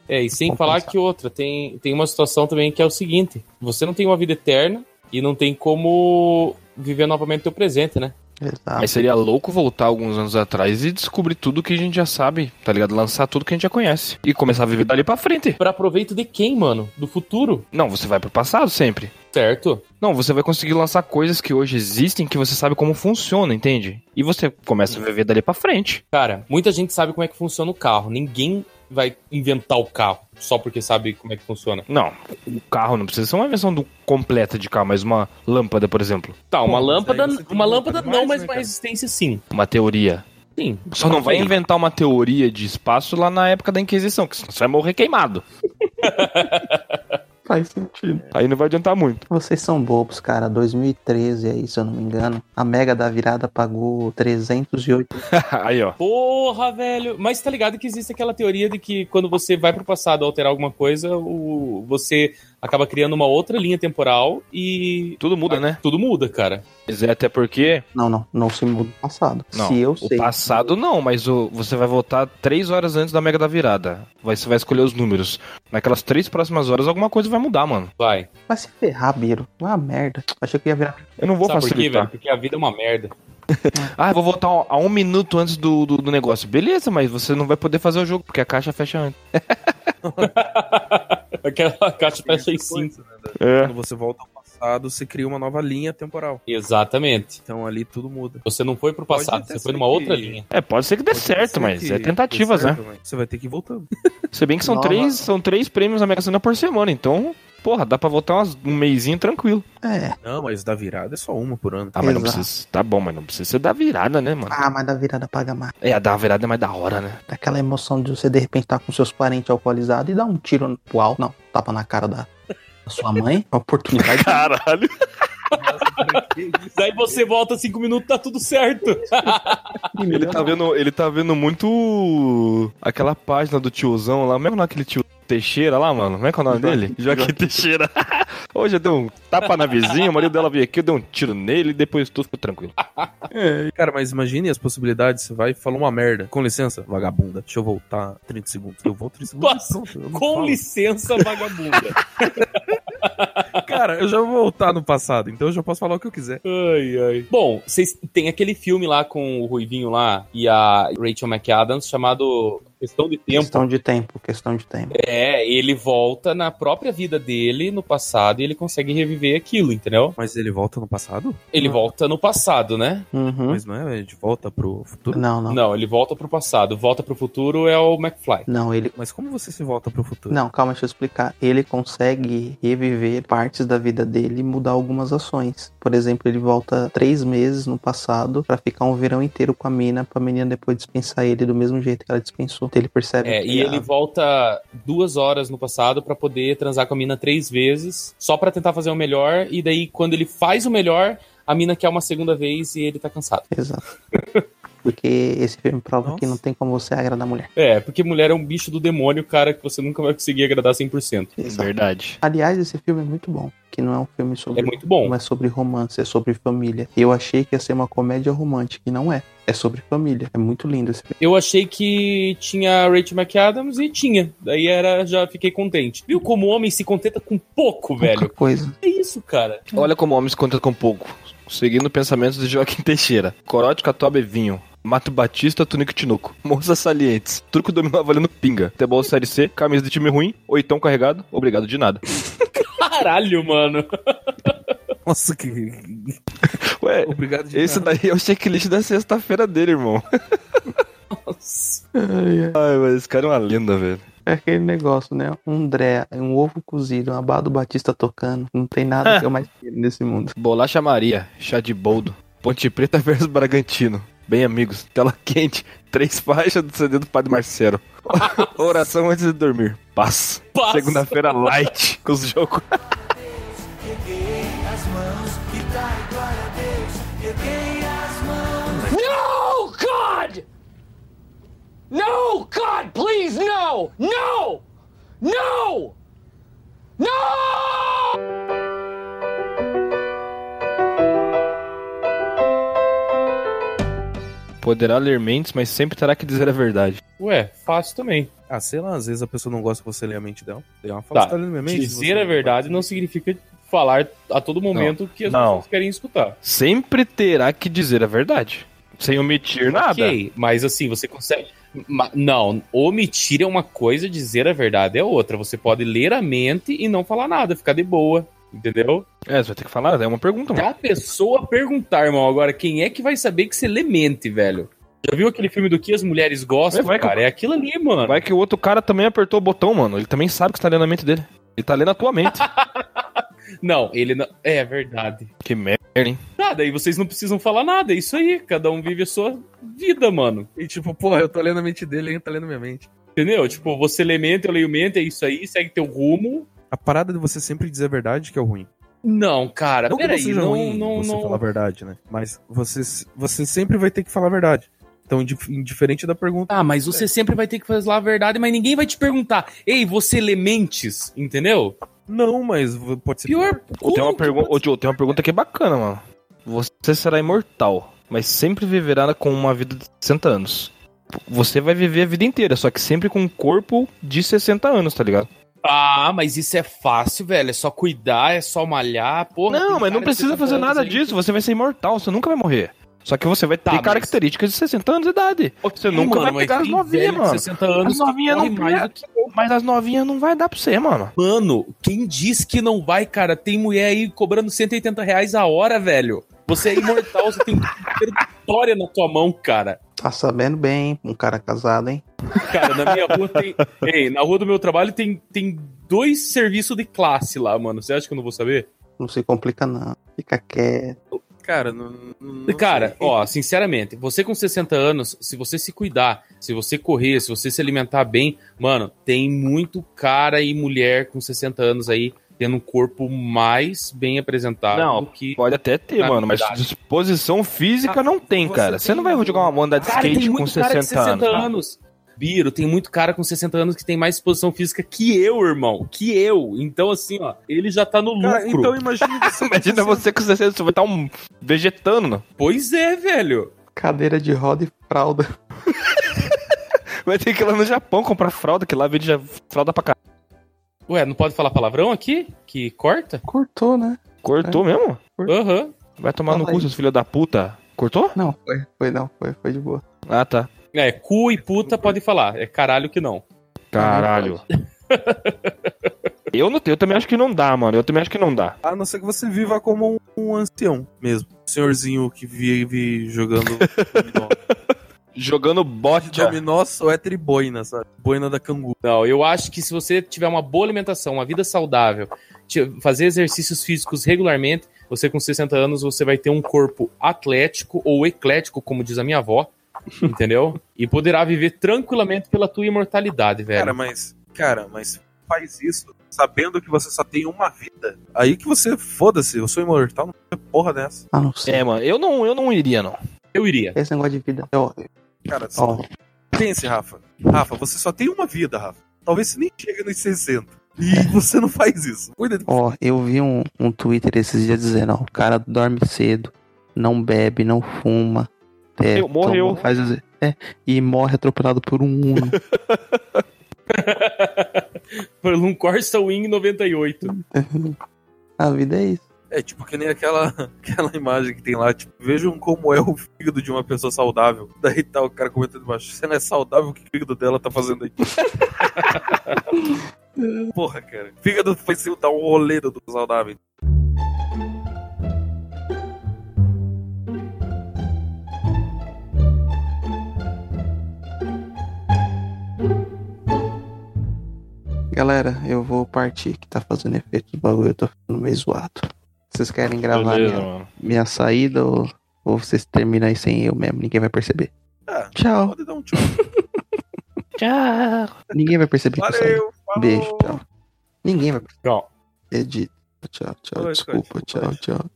Speaker 1: É, e sem
Speaker 2: Vamos
Speaker 1: falar
Speaker 2: pensar.
Speaker 1: que outra, tem, tem uma situação também que é o seguinte: você não tem uma vida eterna e não tem como viver novamente o teu presente, né?
Speaker 2: Exato.
Speaker 3: Mas seria louco voltar alguns anos atrás e descobrir tudo que a gente já sabe, tá ligado? Lançar tudo que a gente já conhece. E começar a viver dali pra frente.
Speaker 1: Pra proveito de quem, mano? Do futuro,
Speaker 3: Não, você vai pro passado sempre.
Speaker 1: certo?
Speaker 3: Não, você vai conseguir lançar coisas que hoje existem que você sabe como funciona, entende? E você começa a viver dali pra frente.
Speaker 1: Cara, muita gente sabe como é que funciona o carro. Ninguém vai inventar o carro só porque sabe como é que funciona.
Speaker 3: Não, o carro não precisa ser uma invenção do- completa de carro, mas uma lâmpada, por exemplo.
Speaker 1: Tá, uma
Speaker 4: Bom, mas
Speaker 1: lâmpada,
Speaker 4: aí você tem
Speaker 1: uma
Speaker 4: que
Speaker 1: lâmpada
Speaker 4: voltar
Speaker 1: não,
Speaker 4: demais,
Speaker 1: mas
Speaker 4: né,
Speaker 1: uma
Speaker 4: cara?
Speaker 1: resistência sim.
Speaker 3: Uma teoria.
Speaker 1: Sim.
Speaker 3: Só não vai
Speaker 1: Sim.
Speaker 3: inventar uma teoria de espaço lá na época da Inquisição, que senão você vai morrer queimado.
Speaker 2: Faz sentido.
Speaker 3: Aí não vai adiantar muito.
Speaker 2: Vocês são bobos, cara. 2013 aí, se eu não me engano. A Mega da Virada pagou 308.
Speaker 3: Aí, ó.
Speaker 1: Porra, velho. Mas tá ligado que existe aquela teoria de que quando você vai pro passado alterar alguma coisa, o... você acaba criando uma outra linha temporal e
Speaker 3: Tudo muda, né?
Speaker 1: tudo muda, cara.
Speaker 3: Mas é até porque.
Speaker 2: Não, não. Não se muda o passado.
Speaker 3: Não,
Speaker 2: se eu
Speaker 3: o
Speaker 2: sei.
Speaker 3: passado não, mas o, você vai voltar três horas antes da Mega da Virada. Vai- Você vai escolher os números. Naquelas três próximas horas, alguma coisa vai mudar, mano.
Speaker 1: Vai.
Speaker 2: Vai se ferrar, Biro. Uma merda. Achei que ia virar.
Speaker 3: Eu não vou
Speaker 1: Sabe por quê,
Speaker 3: facilitar.
Speaker 1: velho? Porque a vida é uma merda.
Speaker 3: ah, eu vou voltar a um minuto antes do, do, do negócio. Beleza, mas você não vai poder fazer o jogo, porque a caixa fecha antes.
Speaker 1: Aquela caixa fecha em
Speaker 4: Essa coisa,
Speaker 1: cinco.
Speaker 4: né, da-
Speaker 3: É.
Speaker 4: Quando você volta ao passado, você cria uma nova linha temporal.
Speaker 1: Exatamente.
Speaker 4: Então ali tudo muda.
Speaker 1: Você não foi pro
Speaker 4: Pode
Speaker 1: passado,
Speaker 4: até
Speaker 1: você
Speaker 4: ser
Speaker 1: foi numa
Speaker 4: que-
Speaker 1: outra linha.
Speaker 3: É, pode ser que dê
Speaker 4: Pode
Speaker 3: certo,
Speaker 4: ser
Speaker 3: mas
Speaker 4: que
Speaker 3: é
Speaker 4: dê
Speaker 3: tentativas, né?
Speaker 4: certo, mas Você vai ter que ir voltando.
Speaker 3: Se bem que são
Speaker 2: Nova.
Speaker 3: três, são três prêmios na Mega Sena por semana, então, porra, dá pra voltar umas- um meizinho tranquilo.
Speaker 2: É.
Speaker 4: Não, mas da virada é só uma por ano.
Speaker 3: Ah, mas não
Speaker 2: Exato.
Speaker 3: precisa. Tá bom, mas não precisa ser da virada, né, mano?
Speaker 2: Ah, mas da virada paga mais.
Speaker 3: É, a da virada é mais da hora, né?
Speaker 2: Aquela emoção de você de repente estar com seus parentes alcoolizados e dar um tiro no uau. Não, tapa na cara da, da sua mãe. A oportunidade.
Speaker 3: Caralho.
Speaker 1: Daí você volta cinco minutos, tá tudo certo.
Speaker 3: Ele tá vendo, ele tá vendo muito aquela página do tiozão lá, é mesmo naquele tio Teixeira lá, mano. Como é que é o nome dele? Joaquim Teixeira. Hoje eu dei um tapa na vizinha, o marido dela veio aqui, eu dei um tiro nele e depois tudo ficou tranquilo.
Speaker 4: Cara, mas imagine as possibilidades. Você vai e fala uma merda. Com licença, vagabunda. Deixa eu voltar 30 segundos. Eu volto 30 segundos.
Speaker 1: Nossa,
Speaker 4: pronto, eu não
Speaker 1: Com
Speaker 4: falo.
Speaker 1: licença, vagabunda.
Speaker 4: Cara, eu já vou voltar no passado, então eu já posso falar o que eu quiser.
Speaker 1: ai, ai. Bom, vocês tem aquele filme lá com o Ruivinho lá e a Rachel McAdams chamado Questão de Tempo.
Speaker 2: Questão de tempo, questão de tempo.
Speaker 1: É, ele volta na própria vida dele no passado e ele consegue reviver aquilo, entendeu?
Speaker 4: Mas ele volta no passado?
Speaker 1: Ele
Speaker 2: Ah.
Speaker 1: volta no passado, né?
Speaker 3: Hum?
Speaker 2: Uhum.
Speaker 4: Mas não é de volta pro futuro?
Speaker 2: Não, não.
Speaker 1: Não, ele volta pro passado. Volta pro futuro é o McFly.
Speaker 2: Não, ele.
Speaker 4: Mas como você se volta pro futuro?
Speaker 2: Não, calma, deixa eu explicar. Ele consegue reviver partes da vida dele e mudar algumas ações. Por exemplo, ele volta três meses no passado pra ficar um verão inteiro com a mina, pra menina depois dispensar ele do mesmo jeito que ela dispensou. Então ele percebe
Speaker 1: É,
Speaker 2: que
Speaker 1: e
Speaker 2: a-
Speaker 1: ele volta duas horas no passado pra poder transar com a mina três vezes, só pra tentar fazer o melhor, e daí quando ele faz o melhor, a mina quer uma segunda vez e ele tá cansado.
Speaker 2: Exato. Porque esse filme prova
Speaker 4: Nossa.
Speaker 2: que não tem como você agradar a mulher.
Speaker 1: É, porque mulher é um bicho do demônio, cara, que você nunca vai conseguir agradar 100%.
Speaker 2: Exato.
Speaker 3: É Verdade.
Speaker 2: Aliás, esse filme é muito bom. Que não é um filme sobre.
Speaker 1: É muito bom.
Speaker 2: Não é sobre romance, é sobre família. Eu achei que ia ser uma comédia romântica, e não é. É sobre família. É muito lindo esse filme.
Speaker 1: Eu achei que tinha Rachel McAdams e tinha. Daí era, já fiquei contente. Viu como o homem se contenta com pouco, velho?
Speaker 2: Pouca coisa.
Speaker 1: É isso, cara.
Speaker 3: Olha como homens contam com pouco. Seguindo pensamentos de Joaquim Teixeira. Corote, catuaba e é vinho. Mato Batista, Tunico e Tinoco. Moças salientes. Truco dominó valendo pinga. Tebol Série C, camisa de time ruim, oitão carregado, obrigado de nada.
Speaker 1: Caralho, mano.
Speaker 4: Nossa, que.
Speaker 3: Ué,
Speaker 4: Obrigado de
Speaker 3: esse
Speaker 4: nada.
Speaker 3: daí é o checklist da sexta-feira dele, irmão.
Speaker 1: Nossa.
Speaker 3: Ai, mas esse cara é uma lenda, velho.
Speaker 2: É aquele negócio, né? Um dré, um ovo cozido, um abado batista tocando. Não tem nada que eu mais queira nesse mundo.
Speaker 3: Bolacha Maria, chá de boldo. Ponte Preta versus Bragantino. Bem, amigos, tela quente. Três faixas do CD do Padre Marcelo. Oração antes de dormir. Paz.
Speaker 1: Paz.
Speaker 3: Segunda-feira, light. Com os jogos.
Speaker 5: Erguei as mãos e dai glória a Deus. Erguei as mãos.
Speaker 6: No, God! No, God, please, no! No! No! No!
Speaker 3: Poderá ler mentes, mas sempre terá que dizer a verdade.
Speaker 1: Ué, fácil também.
Speaker 4: Ah, sei lá, às vezes a pessoa não gosta que você lê a mente dela. Tem uma
Speaker 1: Tá,
Speaker 4: falta tá. na minha mente. se
Speaker 1: Dizer
Speaker 4: você-
Speaker 1: a verdade não significa falar a todo momento o que as
Speaker 3: Não.
Speaker 1: pessoas querem escutar.
Speaker 3: Sempre terá que dizer a verdade. Sem omitir nada.
Speaker 1: Ok, mas assim, você consegue. Ma- Não, omitir é uma coisa, dizer a verdade é outra. Você pode ler a mente e não falar nada, ficar de boa. Entendeu?
Speaker 3: É, você vai ter que falar. É uma pergunta, mano.
Speaker 1: Pra pessoa perguntar, irmão, agora, quem é que vai saber que você lê mente, velho? Já viu aquele filme do que as mulheres gostam,
Speaker 3: Vai, vai que
Speaker 1: cara? É aquilo ali, mano.
Speaker 3: Vai que o outro cara também apertou o botão, mano. Ele também sabe que você tá lendo a mente dele. Ele tá lendo a tua mente.
Speaker 1: Não, ele não. É verdade.
Speaker 3: que merda, hein?
Speaker 1: Tá, daí vocês não precisam falar nada, é isso aí. Cada um vive a sua vida, mano.
Speaker 4: E tipo, porra, eu tô lendo a mente dele, ele tá lendo a minha mente.
Speaker 1: Entendeu? Tipo, você lê mente, eu leio mente, é isso aí, segue teu rumo.
Speaker 4: A parada de você sempre dizer a verdade que é o ruim.
Speaker 1: Não, cara,
Speaker 4: Não que não
Speaker 1: peraí,
Speaker 4: seja
Speaker 1: não,
Speaker 4: ruim
Speaker 1: não,
Speaker 4: você
Speaker 1: não.
Speaker 4: falar a verdade, né? Mas você, você sempre vai ter que falar a verdade. Então, indif- indiferente da pergunta.
Speaker 1: Ah, mas você sempre vai ter que falar a verdade, mas ninguém vai te perguntar. Ei, você lê mentes, entendeu?
Speaker 4: Não, mas v- pode ser
Speaker 1: Pior.
Speaker 3: Ô, Tem uma,
Speaker 1: como que
Speaker 3: pergu...
Speaker 1: pode-
Speaker 3: Ô, Joe, tem uma pergunta que é bacana, mano. Você será imortal, mas sempre viverá com uma vida de 60 anos. Você vai viver a vida inteira, só que sempre com um corpo de 60 anos, tá ligado?
Speaker 1: Ah, mas isso é fácil, velho. É só cuidar, é só malhar, porra.
Speaker 3: não,
Speaker 1: tem
Speaker 3: mas
Speaker 1: cara
Speaker 3: não
Speaker 1: de
Speaker 3: precisa
Speaker 1: 60
Speaker 3: fazer
Speaker 1: anos
Speaker 3: nada
Speaker 1: aí que-
Speaker 3: disso. Você vai ser imortal, você nunca vai morrer. Só que você vai ter
Speaker 1: Tá, mas-
Speaker 3: características de 60 anos de idade. Você
Speaker 1: Sim,
Speaker 3: nunca vai
Speaker 1: mas
Speaker 3: pegar as
Speaker 1: tem
Speaker 3: novinhas,
Speaker 1: velho de
Speaker 3: mano.
Speaker 1: 60 anos
Speaker 3: As novinhas
Speaker 1: que corre
Speaker 3: não
Speaker 1: mais
Speaker 3: pega.
Speaker 1: do que eu.
Speaker 3: Mas as novinhas não vai dar pra você, mano.
Speaker 1: Mano, quem diz que não vai, cara? Tem mulher aí cobrando 180 reais a hora, velho. Você é imortal, você tem um vitória na tua mão, cara.
Speaker 2: Tá sabendo bem, hein? um cara casado, hein?
Speaker 1: Cara, na minha rua tem. Ei, na rua do meu trabalho tem, tem dois serviços de classe lá, mano. Você acha que eu não vou saber?
Speaker 2: Não se complica, não. Fica quieto.
Speaker 4: Cara, não. não- não
Speaker 1: Cara,
Speaker 4: sei.
Speaker 1: ó, sinceramente, você com 60 anos, se você se cuidar, se você correr, se você se alimentar bem, mano, tem muito cara e mulher com 60 anos aí tendo um corpo mais bem apresentado
Speaker 3: Não,
Speaker 1: do que.
Speaker 3: Pode até ter,
Speaker 1: Na
Speaker 3: mano, mas
Speaker 1: verdade.
Speaker 3: disposição física não tem,
Speaker 1: Você
Speaker 3: cara. Você
Speaker 1: tem-
Speaker 3: não vai jogar uma onda de skate com 60, anos. cara.
Speaker 1: anos. Biro, tem muito cara com 60 anos que tem mais disposição física que eu, irmão. Que eu. Então, assim, ó, ele já tá no
Speaker 4: Cara,
Speaker 1: lucro.
Speaker 4: então imagine você.
Speaker 3: Imagina você com 60, você vai estar um vegetando.
Speaker 1: Pois é, velho.
Speaker 2: Cadeira de roda e fralda.
Speaker 3: Vai ter que ir lá no Japão comprar fralda, que lá vende já fralda pra caralho.
Speaker 1: Ué, não pode falar palavrão aqui? Que corta?
Speaker 2: Cortou, né?
Speaker 3: Cortou mesmo?
Speaker 1: Aham.
Speaker 3: Vai tomar no
Speaker 2: Fala
Speaker 3: cu,
Speaker 2: aí.
Speaker 3: seus filhos da puta. Cortou?
Speaker 2: Não, foi, foi não, foi, foi de boa.
Speaker 3: Ah, tá.
Speaker 1: É, cu e puta pode falar. É caralho que não.
Speaker 3: Caralho. Eu não tenho, eu também acho que não dá, mano. Eu também acho que não dá.
Speaker 4: A não ser que você viva como um, um ancião mesmo. Um senhorzinho que vive jogando dominó.
Speaker 3: Jogando bote.
Speaker 4: dominó só é triboina, sabe? Boina da canguru.
Speaker 1: Não, eu acho que se você tiver uma boa alimentação, uma vida saudável, ti- fazer exercícios físicos regularmente, você com 60 anos, você vai ter um corpo atlético ou eclético, como diz a minha avó, entendeu? E poderá viver tranquilamente pela tua imortalidade, velho.
Speaker 4: Cara, mas. Cara, mas faz isso sabendo que você só tem uma vida. Aí que você foda-se, eu sou imortal, não tem porra dessa.
Speaker 2: Ah, não sei.
Speaker 3: É, mano, eu não, eu não iria, não.
Speaker 1: eu iria.
Speaker 2: Esse negócio de vida. Ó,
Speaker 4: Cara, só
Speaker 2: ó,
Speaker 4: Pense, Rafa. Rafa, você só tem uma vida, Rafa. Talvez você nem chegue nos 60. E você não faz isso. Cuida de...
Speaker 2: ó, eu vi um, um Twitter esses dias dizendo, ó, o cara dorme cedo, não bebe, não fuma. é,
Speaker 3: Eu- morreu.
Speaker 2: toma- Faz, as- é, e morre atropelado por um uno.
Speaker 1: Por um Corsa Wing 98.
Speaker 2: A vida é isso.
Speaker 4: É tipo que nem aquela, aquela imagem que tem lá. Tipo, vejam como é o fígado de uma pessoa saudável. Daí tá o cara comentando embaixo. Você não é saudável, o que o fígado dela tá fazendo aí? Porra, cara. Fígado foi se dar um rolê do saudável. Então,
Speaker 2: Galera, eu vou partir, que tá fazendo efeito do bagulho, eu tô ficando meio zoado. Vocês querem gravar
Speaker 3: Beleza,
Speaker 2: minha,
Speaker 3: mano.
Speaker 2: minha saída ou, ou vocês terminam aí sem eu mesmo? Ninguém vai perceber.
Speaker 4: Ah,
Speaker 2: Tchau.
Speaker 4: pode dar um tchau.
Speaker 3: Tchau.
Speaker 2: Ninguém vai perceber que eu saí.
Speaker 4: Valeu. falou.
Speaker 2: Beijo, tchau. Ninguém vai perceber.
Speaker 1: Tchau.
Speaker 2: Edita. Tchau, tchau.
Speaker 4: Oi,
Speaker 2: Desculpa,
Speaker 4: Scott,
Speaker 2: tchau,
Speaker 4: pode.
Speaker 2: tchau.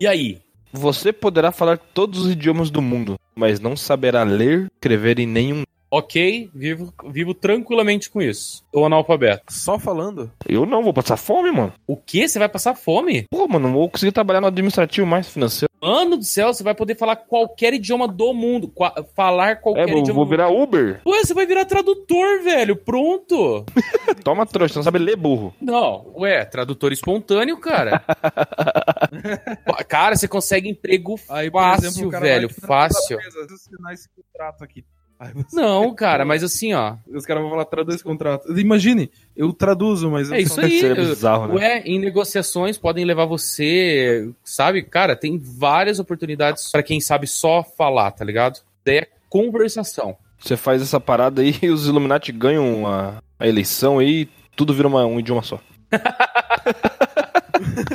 Speaker 1: E aí?
Speaker 3: Você poderá falar todos os idiomas do mundo, mas não saberá ler, escrever em nenhum.
Speaker 1: Ok, vivo, vivo tranquilamente com isso. Ou analfabeto.
Speaker 4: Só falando.
Speaker 3: Eu não, vou passar fome, mano.
Speaker 1: O quê? Você vai passar fome?
Speaker 3: Pô, mano, não vou conseguir trabalhar no administrativo mais financeiro.
Speaker 1: Mano do céu, você vai poder falar qualquer idioma do mundo. qua- falar qualquer
Speaker 3: É, vou,
Speaker 1: idioma
Speaker 3: vou
Speaker 1: do
Speaker 3: virar Uber.
Speaker 1: Ué, você vai virar tradutor, velho. Pronto.
Speaker 3: Toma trouxa, você não sabe ler burro.
Speaker 1: Não, ué, tradutor espontâneo, cara. cara, você consegue emprego fácil, velho. Fácil.
Speaker 4: assinar esse contrato aqui.
Speaker 1: Não, cara, mas assim, ó.
Speaker 4: Os caras vão falar, traduz esse contrato. Imagine, eu traduzo, mas...
Speaker 1: É
Speaker 4: eu
Speaker 1: isso
Speaker 4: só-
Speaker 1: aí.
Speaker 3: Seria
Speaker 1: eu-
Speaker 3: bizarro, né?
Speaker 1: Ué, em negociações podem levar você, sabe? Cara, tem várias oportunidades pra quem sabe só falar, tá ligado? Daí é conversação.
Speaker 3: Você faz essa parada aí e os Illuminati ganham a, a eleição aí, tudo vira uma- um idioma só.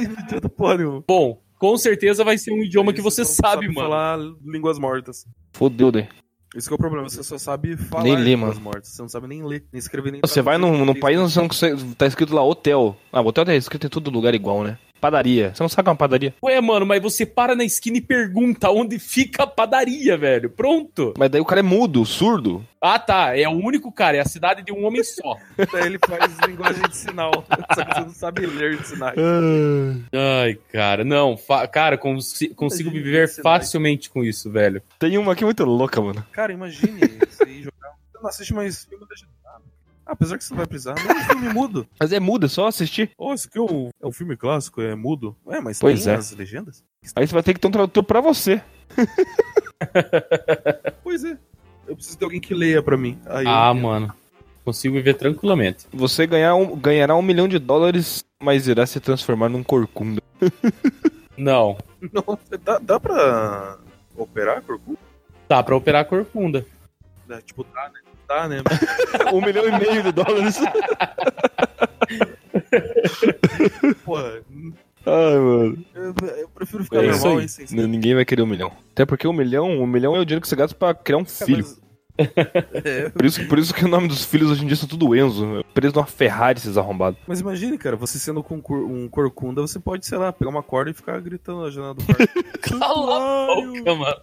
Speaker 4: Não adianta porra nenhuma.
Speaker 1: Bom, com certeza vai ser um idioma que você
Speaker 4: não
Speaker 1: sabe, mano.
Speaker 4: falar línguas mortas.
Speaker 3: Fodeu, né?
Speaker 4: Isso que é o problema, você só sabe falar
Speaker 3: Nem ler,
Speaker 4: línguas
Speaker 3: mano.
Speaker 4: mortas. Você não sabe nem ler, nem escrever, nem...
Speaker 3: Você vai num, num país onde você não consegue, tá escrito lá hotel. Ah, hotel tá escrito em todo lugar igual, né? Padaria. Você não sabe o que é uma padaria?
Speaker 1: Ué, mano, mas você para na esquina e pergunta onde fica a padaria, velho. Pronto.
Speaker 3: Mas daí o cara é mudo, surdo.
Speaker 1: Ah, tá. É o único cara. É a cidade de um homem só.
Speaker 4: Daí ele faz linguagem de sinal. Só que você não sabe ler de sinais.
Speaker 3: Ah.
Speaker 1: Ai, cara. Não. fa- Cara, consi- consigo
Speaker 4: Imagina
Speaker 1: viver
Speaker 4: esse
Speaker 1: facilmente com isso, velho.
Speaker 3: Tem uma aqui muito louca, mano.
Speaker 4: Cara, imagine você ir jogar... um- Você não assiste mais filme, deixa de lado. Ah, Apesar que você não vai precisar, nem um filme mudo.
Speaker 3: Mas é mudo, é só assistir.
Speaker 4: Oh, isso aqui é um, é um filme clássico, é mudo. É, mas
Speaker 3: Pois
Speaker 4: tem
Speaker 3: é.
Speaker 4: as legendas?
Speaker 3: Aí você vai ter que ter um tradutor pra você.
Speaker 4: Pois é. Eu preciso de alguém que leia pra mim. Aí eu-
Speaker 1: Ah, mano. Consigo viver tranquilamente.
Speaker 3: Você ganhar um- ganhará um milhão de dólares, mas irá se transformar num corcunda.
Speaker 1: Não.
Speaker 4: Nossa, dá, dá pra operar corcunda?
Speaker 1: Tá pra operar a corcunda.
Speaker 4: Dá, Tipo, dá, né? Dá, né?
Speaker 3: um milhão e meio de dólares.
Speaker 4: Porra,
Speaker 3: Ai, mano.
Speaker 4: eu, eu prefiro ficar
Speaker 3: É isso
Speaker 4: normal
Speaker 1: aí.
Speaker 4: e sem
Speaker 3: Ninguém vai querer um milhão. Até porque um milhão, um milhão é o dinheiro que você gasta pra criar um filho.
Speaker 4: Mas
Speaker 3: Por isso, por isso que o nome dos filhos hoje em dia são tudo Enzo. Preso numa Ferrari, esses arrombados.
Speaker 4: Mas imagine, cara, você sendo com cor- um corcunda, você pode, sei lá, pegar uma corda e ficar gritando na janela do quarto.
Speaker 1: Cala a boca, mano.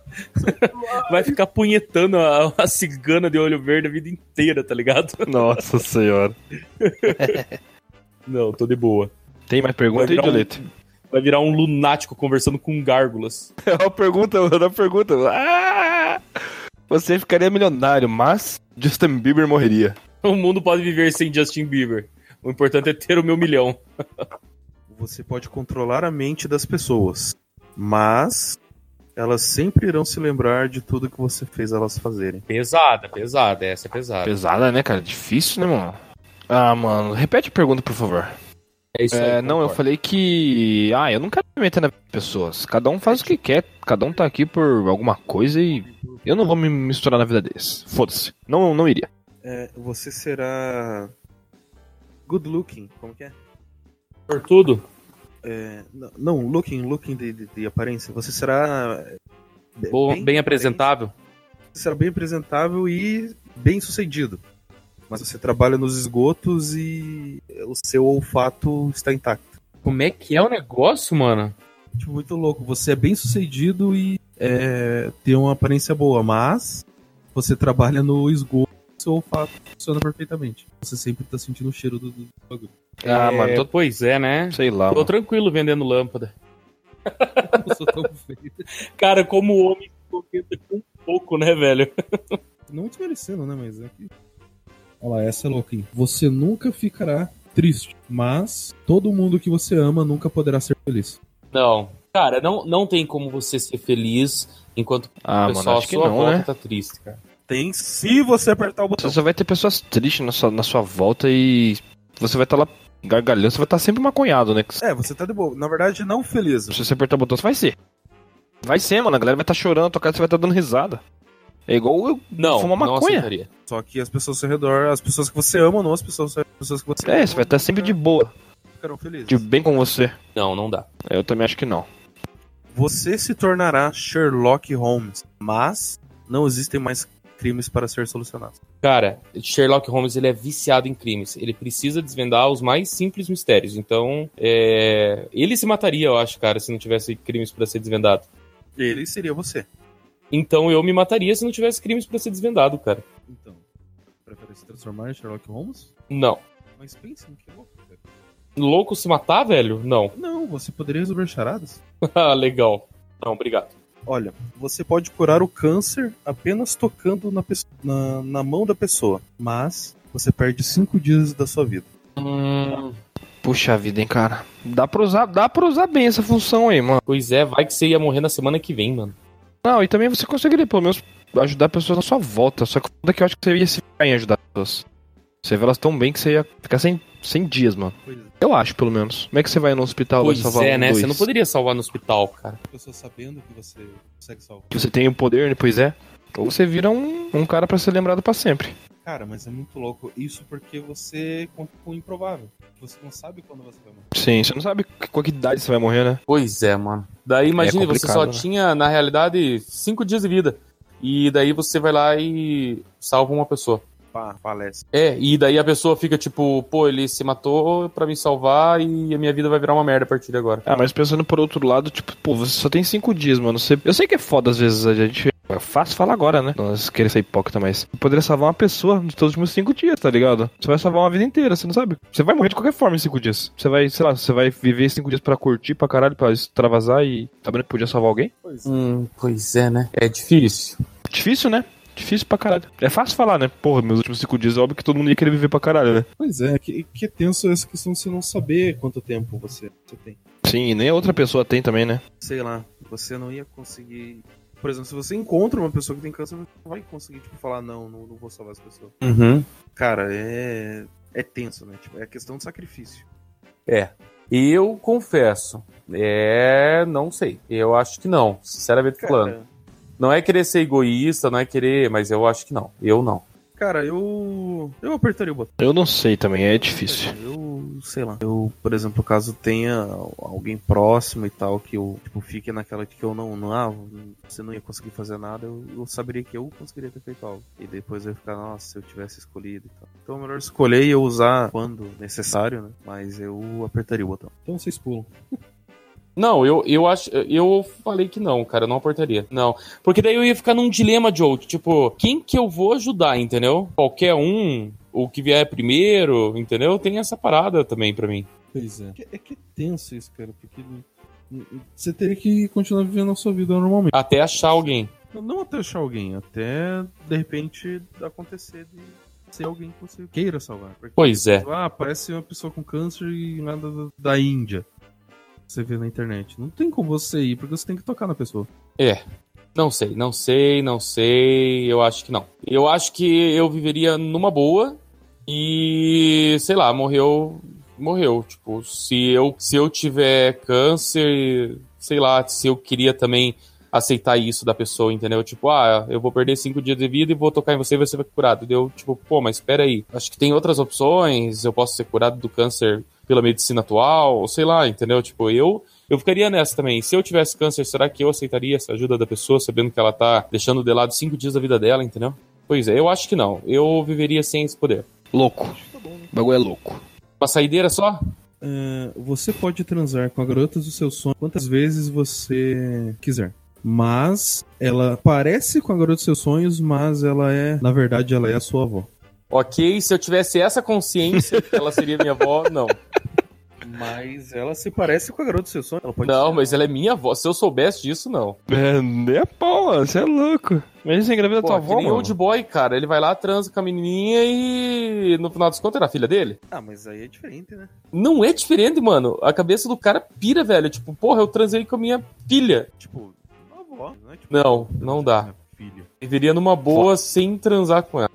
Speaker 1: Vai ficar punhetando a, a cigana de olho verde a vida inteira, tá ligado?
Speaker 3: Nossa senhora.
Speaker 1: Não, tô de boa.
Speaker 3: Tem mais pergunta
Speaker 1: Vai
Speaker 3: aí,
Speaker 1: virar um-
Speaker 3: Violeta?
Speaker 1: Vai virar um lunático conversando com gárgulas.
Speaker 3: É uma pergunta, mano, é uma pergunta. Ah! Você ficaria milionário, mas Justin Bieber morreria.
Speaker 1: O mundo pode viver sem Justin Bieber. O importante é ter o meu milhão.
Speaker 4: Você pode controlar a mente das pessoas, mas elas sempre irão se lembrar de tudo que você fez elas fazerem.
Speaker 1: Pesada, pesada. Essa é pesada.
Speaker 3: Pesada, né, cara? Difícil, né, mano? Ah, mano, repete a pergunta, por favor.
Speaker 1: É isso
Speaker 3: É,
Speaker 1: aí,
Speaker 3: não, eu
Speaker 1: concordo.
Speaker 3: falei que. Ah, eu não quero me meter na vida das pessoas. Cada um faz o que quer, cada um tá aqui por alguma coisa e. Eu não vou me misturar na vida deles. Foda-se. Não, não iria.
Speaker 4: É, você será. Good looking, como que é?
Speaker 1: Por tudo.
Speaker 4: É, n- não, looking, looking de, de- de aparência. Você será. é,
Speaker 1: Bom, bem, apresentável.
Speaker 4: Você será bem apresentável e bem sucedido. Mas você trabalha nos esgotos e o seu olfato está intacto.
Speaker 1: Como é que é o negócio, mano?
Speaker 4: Tipo, muito louco. Você é bem sucedido e é, tem uma aparência boa, mas você trabalha no esgoto, seu olfato funciona perfeitamente. Você sempre tá sentindo o cheiro do, do bagulho.
Speaker 3: Ah,
Speaker 1: É,
Speaker 3: mano, tô...
Speaker 1: Pois é, né?
Speaker 3: sei lá.
Speaker 1: Tô
Speaker 3: Mano.
Speaker 1: tranquilo vendendo lâmpada.
Speaker 4: Eu sou tão feio.
Speaker 1: Cara, como o homem coqueta com pouco, né, velho?
Speaker 4: Não desmerecendo, né? Mas é que. Olha lá, essa é louca, hein? Você nunca ficará triste, mas todo mundo que você ama nunca poderá ser feliz.
Speaker 1: Não. Cara, não, não tem como você ser feliz enquanto o
Speaker 3: Ah, mano,
Speaker 1: pessoal à
Speaker 3: acho que
Speaker 1: sua
Speaker 3: não,
Speaker 1: volta
Speaker 3: né?
Speaker 1: tá triste, cara.
Speaker 4: Tem se você apertar o
Speaker 3: Você só vai ter pessoas tristes na sua, na sua volta e. Você vai estar lá gargalhando, você vai estar sempre maconhado, né?
Speaker 4: É, você tá de boa. Na verdade, não feliz.
Speaker 3: Se você apertar o botão, você vai ser. Vai ser, mano. A galera vai estar chorando, a tua cara você vai estar dando risada. É igual eu
Speaker 1: Não,
Speaker 3: fumar
Speaker 1: não
Speaker 3: maconha.
Speaker 1: aceitaria.
Speaker 4: Só que as pessoas ao seu redor, as pessoas que você ama, não as pessoas, as pessoas que você
Speaker 3: É, você vai estar sempre de boa,
Speaker 4: ficarão felizes.
Speaker 3: de bem com você. É,
Speaker 1: Não, não dá.
Speaker 3: Eu também acho que não.
Speaker 4: Você se tornará Sherlock Holmes, mas não existem mais crimes para ser solucionados.
Speaker 1: Cara, Sherlock Holmes ele é viciado em crimes. Ele precisa desvendar os mais simples mistérios. Então, é... ele se mataria, eu acho, cara, se não tivesse crimes pra ser desvendado.
Speaker 4: Ele seria você.
Speaker 1: Então eu me mataria se não tivesse crimes pra ser desvendado, cara.
Speaker 4: Então, prefere se transformar em Sherlock Holmes?
Speaker 1: Não.
Speaker 4: Mas pense no que é louco. cara.
Speaker 1: Louco se matar, velho? Não.
Speaker 4: Não, você poderia resolver charadas.
Speaker 1: Ah, legal. Não, obrigado.
Speaker 4: Olha, você pode curar o câncer apenas tocando na, pesso- na- na mão da pessoa, mas você perde cinco dias da sua vida.
Speaker 3: Puxa vida, hein, cara. Dá pra usar, dá pra usar bem essa função aí, mano.
Speaker 1: Pois é, vai que você ia morrer na semana que vem, mano.
Speaker 3: Não, e também você conseguiria, pelo menos, ajudar pessoas na sua volta. Só que o foda é que eu acho que você ia se ficar em ajudar pessoas. Você vê elas tão bem que você ia ficar sem, sem dias, mano.
Speaker 4: Pois é,
Speaker 3: Eu acho, pelo menos. Como é que você vai no hospital lá
Speaker 1: pois
Speaker 3: salvar
Speaker 1: é,
Speaker 3: um,
Speaker 1: né?
Speaker 3: dois?
Speaker 1: Você não poderia salvar no hospital, cara.
Speaker 4: pessoas sabendo que você consegue salvar.
Speaker 3: Que você tem o poder, né? Pois é. Ou você vira um, um cara pra ser lembrado pra sempre.
Speaker 4: Cara, mas é muito louco. Isso porque você conta com o improvável. Você não sabe quando você vai morrer.
Speaker 3: Sim, você não sabe que- com que idade você vai morrer, né?
Speaker 1: Pois é, mano. Daí imagina, você
Speaker 3: complicado,
Speaker 1: só
Speaker 3: né?
Speaker 1: tinha, na realidade, cinco dias de vida. E daí você vai lá e salva uma pessoa.
Speaker 4: Pá, falece.
Speaker 1: É, e daí a pessoa fica tipo, pô, ele se matou pra me salvar e a minha vida vai virar uma merda a partir de agora.
Speaker 3: Ah, mas pensando por outro lado, tipo, pô, você só tem cinco dias, mano. Você- Eu sei que é foda às vezes a gente. É fácil falar agora, né? Nós querer ser hipócrita, mas. eu Poderia salvar uma pessoa nos seus últimos cinco dias, tá ligado? Você vai salvar uma vida inteira, você não sabe? Você vai morrer de qualquer forma em cinco dias. Você vai, sei lá, você vai viver cinco dias pra curtir pra caralho, pra extravasar e sabendo que podia salvar alguém?
Speaker 1: Hum, pois é, né? É difícil.
Speaker 3: Difícil, né? Difícil pra caralho. É fácil falar, né? Porra, meus últimos cinco dias, óbvio que todo mundo ia querer viver pra caralho, né?
Speaker 4: Pois é, que, que é tenso essa questão de você não saber quanto tempo você, você tem.
Speaker 3: Sim, e nem a outra pessoa tem também, né?
Speaker 4: Sei lá, você não ia conseguir. Por exemplo, se você encontra uma pessoa que tem câncer, você não vai conseguir, tipo, falar, não, não, não vou salvar essa pessoa.
Speaker 1: Uhum.
Speaker 4: Cara, é. É tenso, né? Tipo, é questão de sacrifício.
Speaker 1: É. Eu confesso. É. Não sei. Eu acho que não. Sinceramente falando.
Speaker 4: Cara,
Speaker 1: Não é querer ser egoísta, não é querer, mas eu acho que não. Eu não.
Speaker 4: cara eu. Eu apertaria o botão.
Speaker 3: Eu não sei também, é difícil.
Speaker 4: Eu sei lá, eu, por exemplo, caso tenha alguém próximo e tal, que eu, tipo, fique naquela de que eu não, não, ah, você não ia conseguir fazer nada, eu, eu saberia que eu conseguiria ter feito algo. E depois eu ia ficar, nossa, se eu tivesse escolhido e tal. Então é melhor escolher e eu usar quando necessário, né? Mas eu apertaria o botão.
Speaker 7: Então vocês pulam.
Speaker 1: Não, eu, eu acho. Eu falei que não, cara, eu não aportaria. Não. Porque daí eu ia ficar num dilema, Joe. Tipo, quem que eu vou ajudar, entendeu? Qualquer um, o que vier primeiro, entendeu? Tem essa parada também pra mim.
Speaker 7: Pois é. É que- É que é tenso isso, cara, porque n- n- você teria que continuar vivendo a sua vida normalmente.
Speaker 1: Até achar alguém.
Speaker 4: Não até achar alguém, até de repente acontecer de ser alguém que você queira salvar. Porque,
Speaker 1: Pois é.
Speaker 7: Tipo,
Speaker 4: ah, parece uma pessoa com câncer e nada da- da Índia. Você vê na internet. Não tem como você ir, porque você tem que tocar na pessoa.
Speaker 1: Não sei, não sei, não sei. Eu acho que não. Eu acho que eu viveria numa boa e, sei lá, morreu. Morreu. Tipo, se eu, se eu tiver câncer, sei lá, se eu queria também aceitar isso da pessoa, entendeu? Tipo, ah, eu vou perder cinco dias de vida e vou tocar em você e você vai curado. Deu, tipo, pô, mas espera aí. Acho que tem outras opções. Eu posso ser curado do câncer pela medicina atual, ou sei lá, entendeu? Tipo, eu eu ficaria nessa também. Se eu tivesse câncer, será que eu aceitaria essa ajuda da pessoa, sabendo que ela tá deixando de lado cinco dias da vida dela, entendeu? Pois é, eu acho que não. Eu viveria sem esse poder.
Speaker 3: Louco. O bagulho é louco.
Speaker 1: Uma saideira só?
Speaker 7: Ah, você pode transar com a garota do seu sonho quantas vezes você quiser. Mas ela parece com a garota dos seus sonhos, mas ela é, na verdade, ela é a sua avó.
Speaker 1: Ok, se eu tivesse essa consciência, que ela seria minha avó, não.
Speaker 4: Mas ela se parece com a garota do seu sonho. Ela pode
Speaker 1: Não, mas ela é minha avó. Se eu soubesse disso, não.
Speaker 3: É, nem a Paula, você é louco. Imagina você engravida
Speaker 1: Pô,
Speaker 3: é tua
Speaker 1: que
Speaker 3: avó,
Speaker 1: nem
Speaker 3: mano.
Speaker 1: old boy, cara. Ele vai lá, transa com a menininha e no final das contas era a filha dele.
Speaker 4: Ah, mas aí é diferente, né?
Speaker 1: Não é diferente, mano. A cabeça do cara pira, velho. Tipo, porra, eu transei com a minha filha.
Speaker 4: Tipo, uma avó, não é tipo.
Speaker 1: Não, não dá.
Speaker 4: Filho.
Speaker 1: Viveria numa boa sem transar com ela.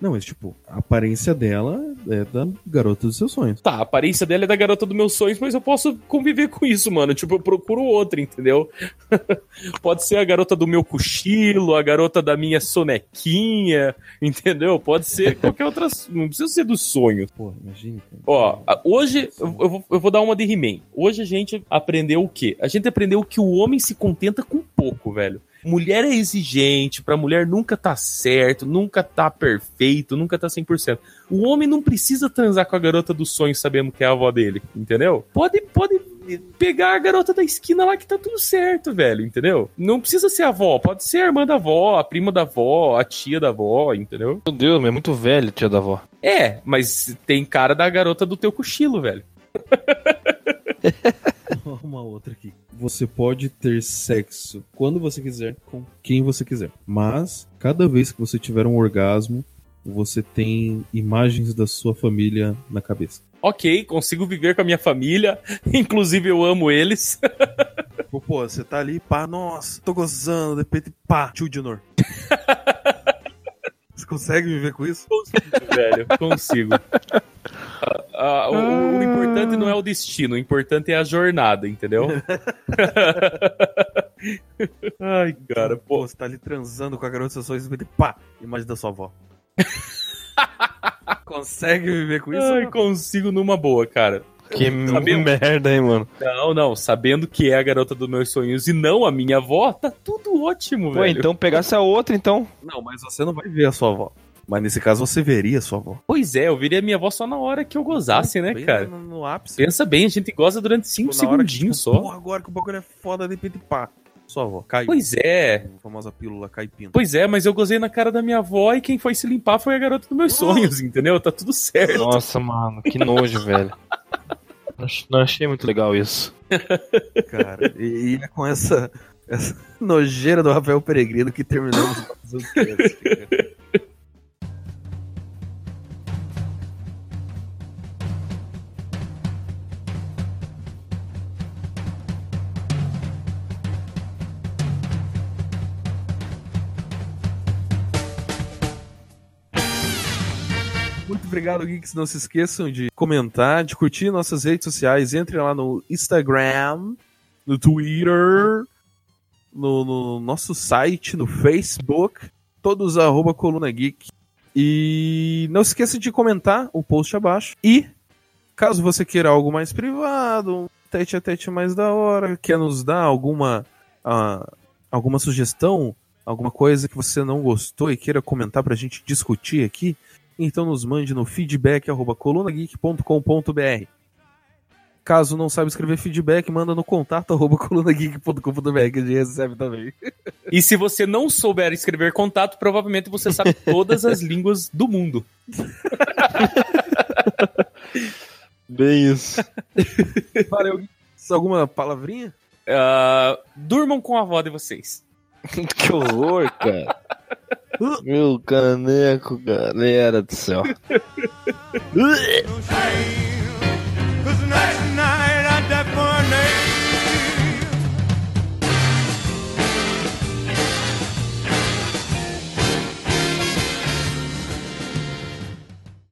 Speaker 7: Não, mas tipo, a aparência dela é da garota dos seus
Speaker 4: Uhum.
Speaker 7: sonhos.
Speaker 1: Tá, a aparência dela é da garota dos meus sonhos, mas eu posso conviver com isso, mano. Tipo, eu procuro outra, entendeu? Pode ser a garota do meu cochilo, a garota da minha sonequinha, entendeu? Pode ser qualquer outra. Não precisa ser do sonho.
Speaker 7: Porra, imagina, cara.
Speaker 1: Ó, a- hoje eu eu vou, eu vou dar uma de He-Man. Hoje a gente aprendeu o quê? A gente aprendeu que o homem se contenta com pouco, velho. Mulher é exigente, pra mulher nunca tá certo, nunca tá perfeito, nunca tá 100%. O homem não precisa transar com a garota do sonho sabendo que é a avó dele, entendeu? Pode, pode pegar a garota da esquina lá que tá tudo certo, velho, entendeu? Não precisa ser a avó, pode ser a irmã da avó, a prima da avó, a tia da avó, entendeu?
Speaker 3: Meu Deus, mas é muito velho, tia da avó.
Speaker 1: É, mas tem cara da garota do teu cochilo, velho.
Speaker 7: Uma outra aqui. Você pode ter sexo quando você quiser, com quem você quiser. Mas, cada vez que você tiver um orgasmo, você tem imagens da sua família na cabeça.
Speaker 1: ok, consigo viver com a minha família, inclusive eu amo eles.
Speaker 4: Pô, pô, você tá ali, pá, nossa, tô gozando, de repente, pá, tio Dinor. Você consegue viver com isso?
Speaker 1: Velho, consigo. Ah, ah, o, o importante não é o destino, o importante é a jornada, entendeu? Ai, cara, pô.
Speaker 4: Pô, você tá ali transando com a garota dos seus sonhos, de repente, pá, imagem da sua avó. consegue viver com isso?
Speaker 1: Ai, consigo numa boa, cara.
Speaker 3: Que
Speaker 1: sabia?
Speaker 3: merda, hein, mano.
Speaker 1: Não, não, sabendo que é a garota dos meus sonhos e não a minha avó, tá tudo ótimo,
Speaker 3: Pô,
Speaker 1: velho.
Speaker 3: então pegasse a outra, então.
Speaker 4: Não, mas você não vai ver a sua avó. Mas nesse caso você veria a sua avó.
Speaker 1: Pois é, eu viria a minha avó só na hora que eu gozasse, né,
Speaker 4: Bem
Speaker 1: cara?
Speaker 4: No, no ápice.
Speaker 1: Pensa bem, a gente goza durante 5
Speaker 4: é. Tipo, na hora que,
Speaker 1: segundinhos
Speaker 4: tipo,
Speaker 1: só.
Speaker 4: Porra, agora que o bagulho é foda, de repente, pá. Sua avó, caiu.
Speaker 1: Pois é,
Speaker 4: A famosa pílula caipina.
Speaker 1: Pois é, mas eu gozei na cara da minha avó e quem foi se limpar foi a garota dos meus sonhos, entendeu? Tá tudo certo.
Speaker 3: Nossa, mano, que nojo, velho. Não ach- Não achei muito legal isso.
Speaker 4: cara. E, e é com essa, essa nojeira do Rafael Peregrino que terminamos o nosso podcast, cara. Muito Obrigado, Geeks. Não se esqueçam de comentar, de curtir nossas redes sociais. Entre lá no Instagram, no Twitter, no, no nosso site, no Facebook, todos arroba coluna geek. E não se esqueça de comentar o post abaixo e
Speaker 8: Caso você queira algo mais privado, um tete a tete mais da hora, quer nos dar alguma, ah, alguma sugestão, alguma coisa que você não gostou e queira comentar pra gente discutir aqui, então nos mande no feedback arroba colunageek.com.br. Caso não saiba escrever feedback, manda no contato arroba colunageek.com.br que a gente recebe também.
Speaker 1: E se você não souber escrever contato, provavelmente você sabe todas as línguas do mundo.
Speaker 3: Bem isso.
Speaker 8: Valeu. Gui. Alguma palavrinha?
Speaker 1: Ah, durmam com a avó de vocês.
Speaker 3: que horror, cara. Meu caneco, galera do céu.
Speaker 9: No shame, 'cause nice and nice.